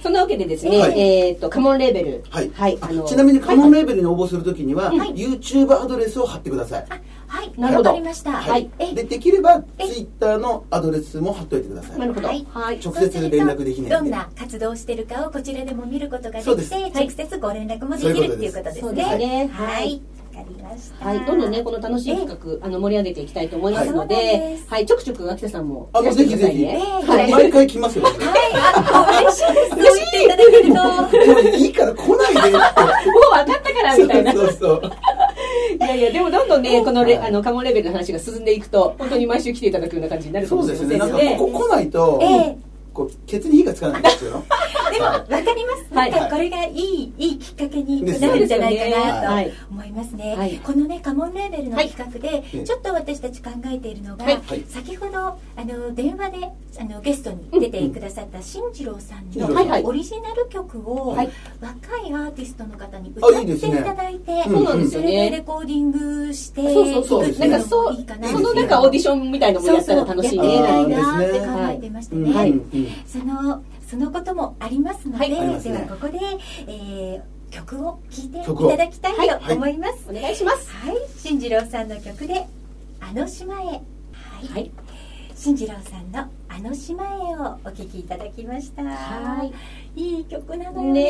そんなわけでですね、はいえっと、カモンレーベル。はい、はい、あちなみにカモンベレーベルに応募するときには、はい YouTube アドレスを貼ってください、はいなるほどわかりましたはいえでできればえ Twitter のアドレスも貼っといてくださいなるほど。はいはい直接連絡できないどんんでな活動をしてるかをこちらでも見ることがでそうきですて直接ご連絡もできそういうるっことていでうすことですそうねですねははいいわかりましたはい、どんどんね、この楽しい企画、あの、盛り上げていきたいと思いますので、ははいい、ちょくちょく秋田さんもあいらもうしてぜくひださぜいひ、ね。はい毎回来 <laughs> ますよはいあ嬉しいですそう言っていただけるとでもいいから来ないでもう分っかったから、みたい <laughs> てな。いそうそうそうやいや、でもどんどんね、このレ、はいあの、カモンレベルの話が進んでいくと、本当に毎週来ていただくような感じになるかそもうしれでますせんのねなんで。かここ来ないと、ええこうケツに火がつかないんですよでもはいわかります、はいなんかこれがいいいいきっかけになるんじゃないかなと思いますね、はいこのねカモンレーベルのはい企画で、うんちょっと私たち考えているのが、はいはい先ほどあの電話であのゲストに出てくださった進次郎さん進次郎さんのはいオリジナル曲をは若いいアーティストの方に歌あっいいてでいすねただいてうんそうなんですよねそれでレコーディングしてそうそうそうそですう。ねなんかそう、いいかなそのなんかオーディションみたいなのもやったら楽しいそうそうね。やっはてみいたいなって考えてましてね、はいうんそのそのこともありますので、はいありますでねはここで、えー曲を聴いてい曲をただきたいと思います。お願いします。はい、進次郎さんの曲で「あの島へ」はい、はい。進次郎さんの「あの島へ」をお聴きいただきました。、はいい曲なのよね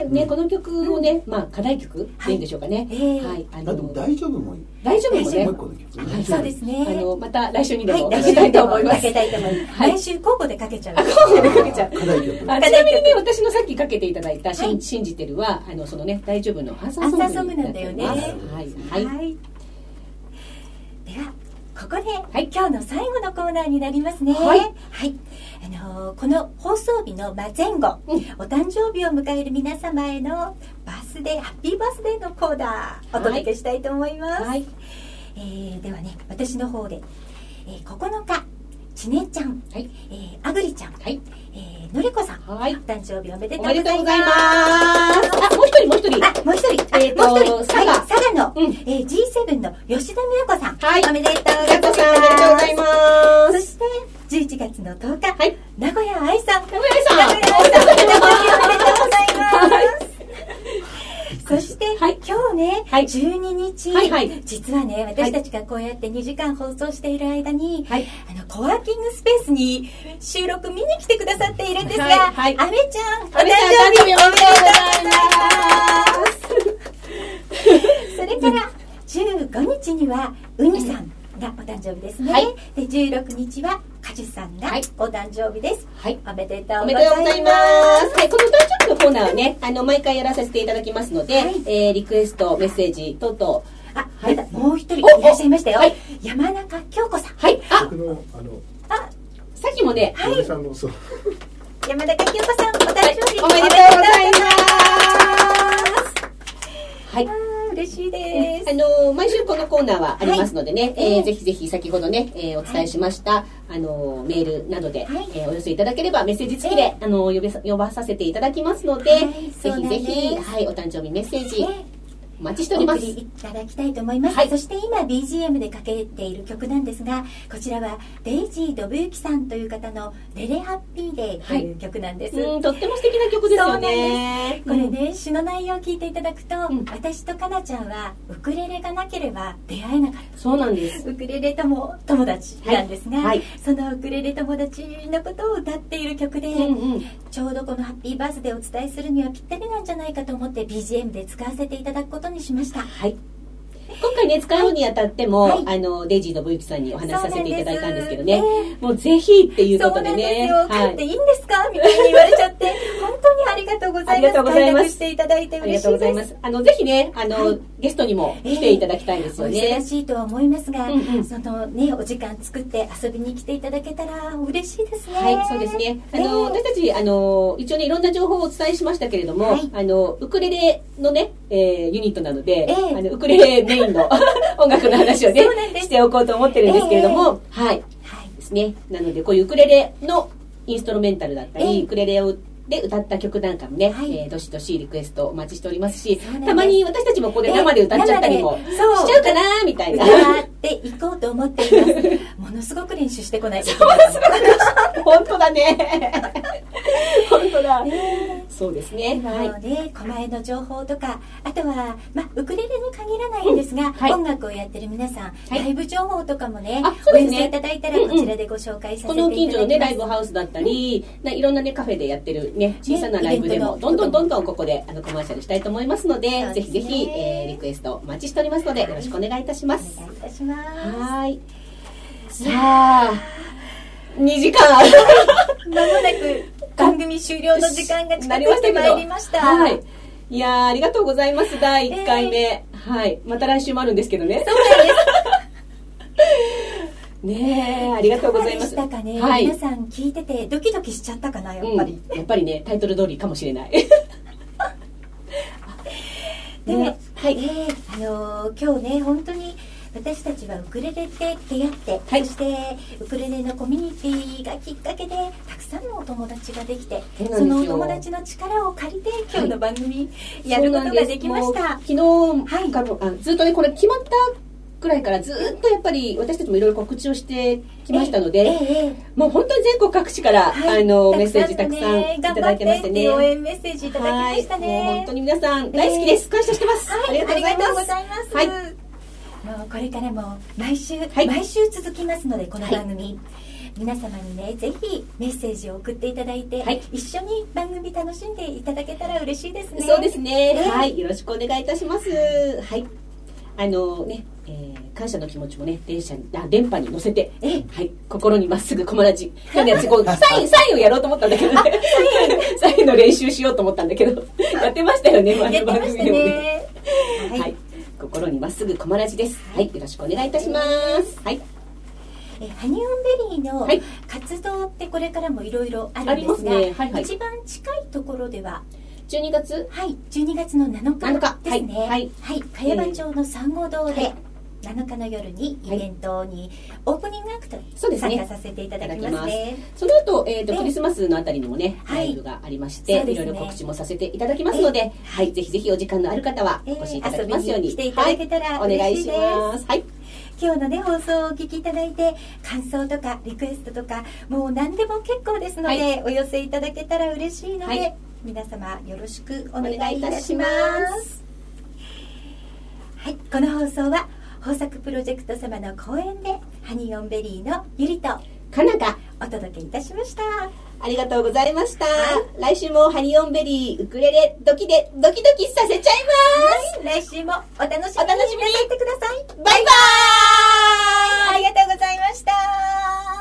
え、うね、んこの曲をね、まあ、課題曲でいいんでしょうかねえ。ーはい、ああでのも、大丈夫もいい大丈夫も大ねもう一。個の曲ねはいそうですね。あの、また来週にではい、も来か週でけたもいと思いまかす。けたいと思います。は来い週交互でかけちゃう。 <laughs> そうねかけちゃう課題曲あちなみにね、私のさっきかけていただいた、しんはい信じてるは、あの、そのね、大丈夫のアンサアンサーーソソンンググなになんっだておよりね。まはす。はい、はい。い。では、ここで、はい今日の最後のコーナーになりますね。はいはいあのーこの放送日の前後、うんお誕生日を迎える皆様へのバースデー、ハッピーバースデーのコーナー、お届けしたいと思います。はい。えーではね、私の方で、えー9日、ちねちゃん、はいえーあぐりちゃん、はい。えーのりこさん、はいお誕生日おめでとおうござめいでまとうすご。ざいます。あ、もう一人、もう一人。あ、もう一人、あえーともう一人、はい、佐佐賀賀の、うんえー G7 の吉田美和子さん、はいおめでとうございやっこます。さん、おめでとうございまそす。して、11月の10日、はい名古屋愛さん、名古屋さん名古屋愛さん、おめでとうございます。そして、はい今日ね、はい12日、はいはい実はね、私たちがこうやって2時間放送している間に、はいあの、コワーキングスペースに収録見に来てくださっているんですが、は阿い部はちゃん、お阿誕部ちゃん生日おめでとうございおめでとうごまざいすます。それから15日にはウニさんがお誕生日ですね、はいで16日はカジュさんがはいお誕生日です、はい。おめでとうおございめますでとうございます。はい、この誕生日のコーナーはね、あの、毎回やらさせていただきますので、はいえーリクエスト、メッセージ等々、あ、はい、もう一人いらっしゃいましたよ。山中京子さん。はい。あ、僕のあのあ、さっきもね、はい嫁さんのそう山中京子さん、お誕生日おめでとうございます。はい。す。嬉しいです。あの毎週このコーナーはありますのでね、はいえーぜひぜひ先ほどね、えーお伝えしました、あのメールなどで、はいえーお寄せいただければメッセージ付きで、あの呼べさ呼ばさせていただきますので、はいぜひぜそうひ、なんですはい、お誕生日メッセージねお待ちしておりまおす。送りいただきたいと思います、はいそして今 BGM でかけている曲なんですがこちらはデイジー・ドブユキさんという方の「レレハッピーデー」という曲なんです、うん、とっても素敵な曲ですよね。これね詩の内容を聞いていただくと、うん私とかなちゃんはウクレレがなければ出会えなかっうん。そうなんです。たウクレレとも友達なんですが、はいはいそのウクレレ友達のことを歌っている曲で、うんうん。ちょうどこのハッピーバースデーをお伝えするにはぴったりなんじゃないかと思って BGM で使わせていただくことにしましたはい。今回ね、使うにあたっても、はいあの、デイジーのブユキさんにお話しさせていただいたんですけどそねうなんで、もうぜひっていうそこうとなでんですね、よ、帰っていいんですかみたいに言われちゃって本当にありがとうござあいりますがとうござい開ます拓していただいてありが嬉しとういございでますす。あの、ぜひね、あの、ゲストにも来ていただきたいですおよ忙ね。しいとは思いますが、うんうんそのねお時間作って遊びに来ていただけたら嬉しいですねはい、そうですね。あの、ね私たち、あの、一応ね、いろんな情報をお伝えしましたけれども、はいあの、ウクレレのね、えーユニットなので、ええあのウクレレメインの <laughs> 音楽の話をねそうなんで、すしておこうと思ってるんですけれども、はい、はいですね。なので、こういうウクレレのインストルメンタルだったり、ええウクレレをで歌った曲なんかもね、はいえーどしどしリクエストお待ちしておりますしそうなんですたまに私たちもここで生で歌っちゃったりもええ生でしちそうゃうかなみたいな。歌っていこうと思ってい <laughs> ますものすごく練習してこないといけない本当だね。 <laughs> 本当だ。そうですね。今はい。のね、狛江の情報とかあとは、まあ、ウクレレに限らないんですが、はい音楽をやってる皆さん、いライブ情報とかもねあそうおで寄すねせいただいたらうんうんこちらでご紹介させてこいただきます、の近所のね、ライブハウスだったり、ないろんなね、カフェでやってるね、小さなライブでも、イベンどトのんどんどんどんここであのコマーシャルしたいと思いますので、そうぜですひねぜひ、えーリクエストお待ちしておりますので、よろしくお願いいたしますお。願いいたしますはーい。さあ、2時間ある。まもなく番組終了の時間が近づいてまいりましたはい。いやー、ありがとうございます。第1回目。はい。また来週もあるんですけどね。そうなんです。 <laughs> ねえ、ありがとうございます。かがでしたかね、はい。皆さん聞いててドキドキしちゃったかなやっぱり、うん、やっぱりねタイトル通りかもしれないで、ねはい、あのー今日ね本当に私たちはウクレレで出会って、はいそしてウクレレのコミュニティがきっかけでたくさんのお友達ができてそうそなんですのよお友達の力を借りて今日の番組やそるうこなとんがすできました、もう昨日、はいからあずっとねこれ決まったくらいからずっとやっぱり私たちもいろいろ告知をしてきましたので、ええええもう本当に全国各地から、はいあのたメッくセーさんのジたくさんいただいてまし頑張っててねっていう応援メッセージいただきましたねはいもう本当に皆さん大好きです、感謝してます、はい、ありがとうございます。はいもうこれからも毎週、い毎週続きますのでこのはい番組、皆様にねぜひメッセージを送っていただいて、はい一緒に番組楽しんでいただけたら嬉しいですね。そうですね、ねはいよろしくお願いいたしますはいあのね、えー感謝の気持ちもね電車にあ電波に乗せて、えはい、心にまっすぐ友達今日ね <laughs> 私こうサインサインをやろうと思ったんだけどね <laughs> サインの練習しようと思ったんだけどやってましたよね前やってのま番し組たでもねね。は、はいい、心にまっすぐ友達ですはいよろしくお願いいたしますはいえハニオンベリーのはい活動ってこれからもいろいろあるんですあが、りますねはいはい一番近いところでは12月はい、12月の7日7で日すね。はいはいはい、茅場町の三号堂はでい7日の夜にイベントにオープニングアクトにそうですね参加させていただきますね。その後、えー、とねクリスマスのあたりにもね、はいライブがありまして、そうい、ですろねいろ告知もさせていただきますので、はい、ぜひぜひお時間のある方はえおー越しいただきますように,、遊びに来ていただけたらはい、お願い嬉しいしですます。はい、今日のね放送をお聞きいただいて感想とかリクエストとかもう何でも結構ですので、はいお寄せいただけたら嬉しいので、はい皆様よろしくお願いいたしま。お願いいたしますはい、この放送は豊作プロジェクト様の講演でハニオンベリーのゆりとかなかお届けいたしました。ありがとうございました。来週もハニオンベリーウクレレドキでドキドキさせちゃいます。来週もお楽しみになさお楽しみにってください。バイバーイ。ありがとうございました。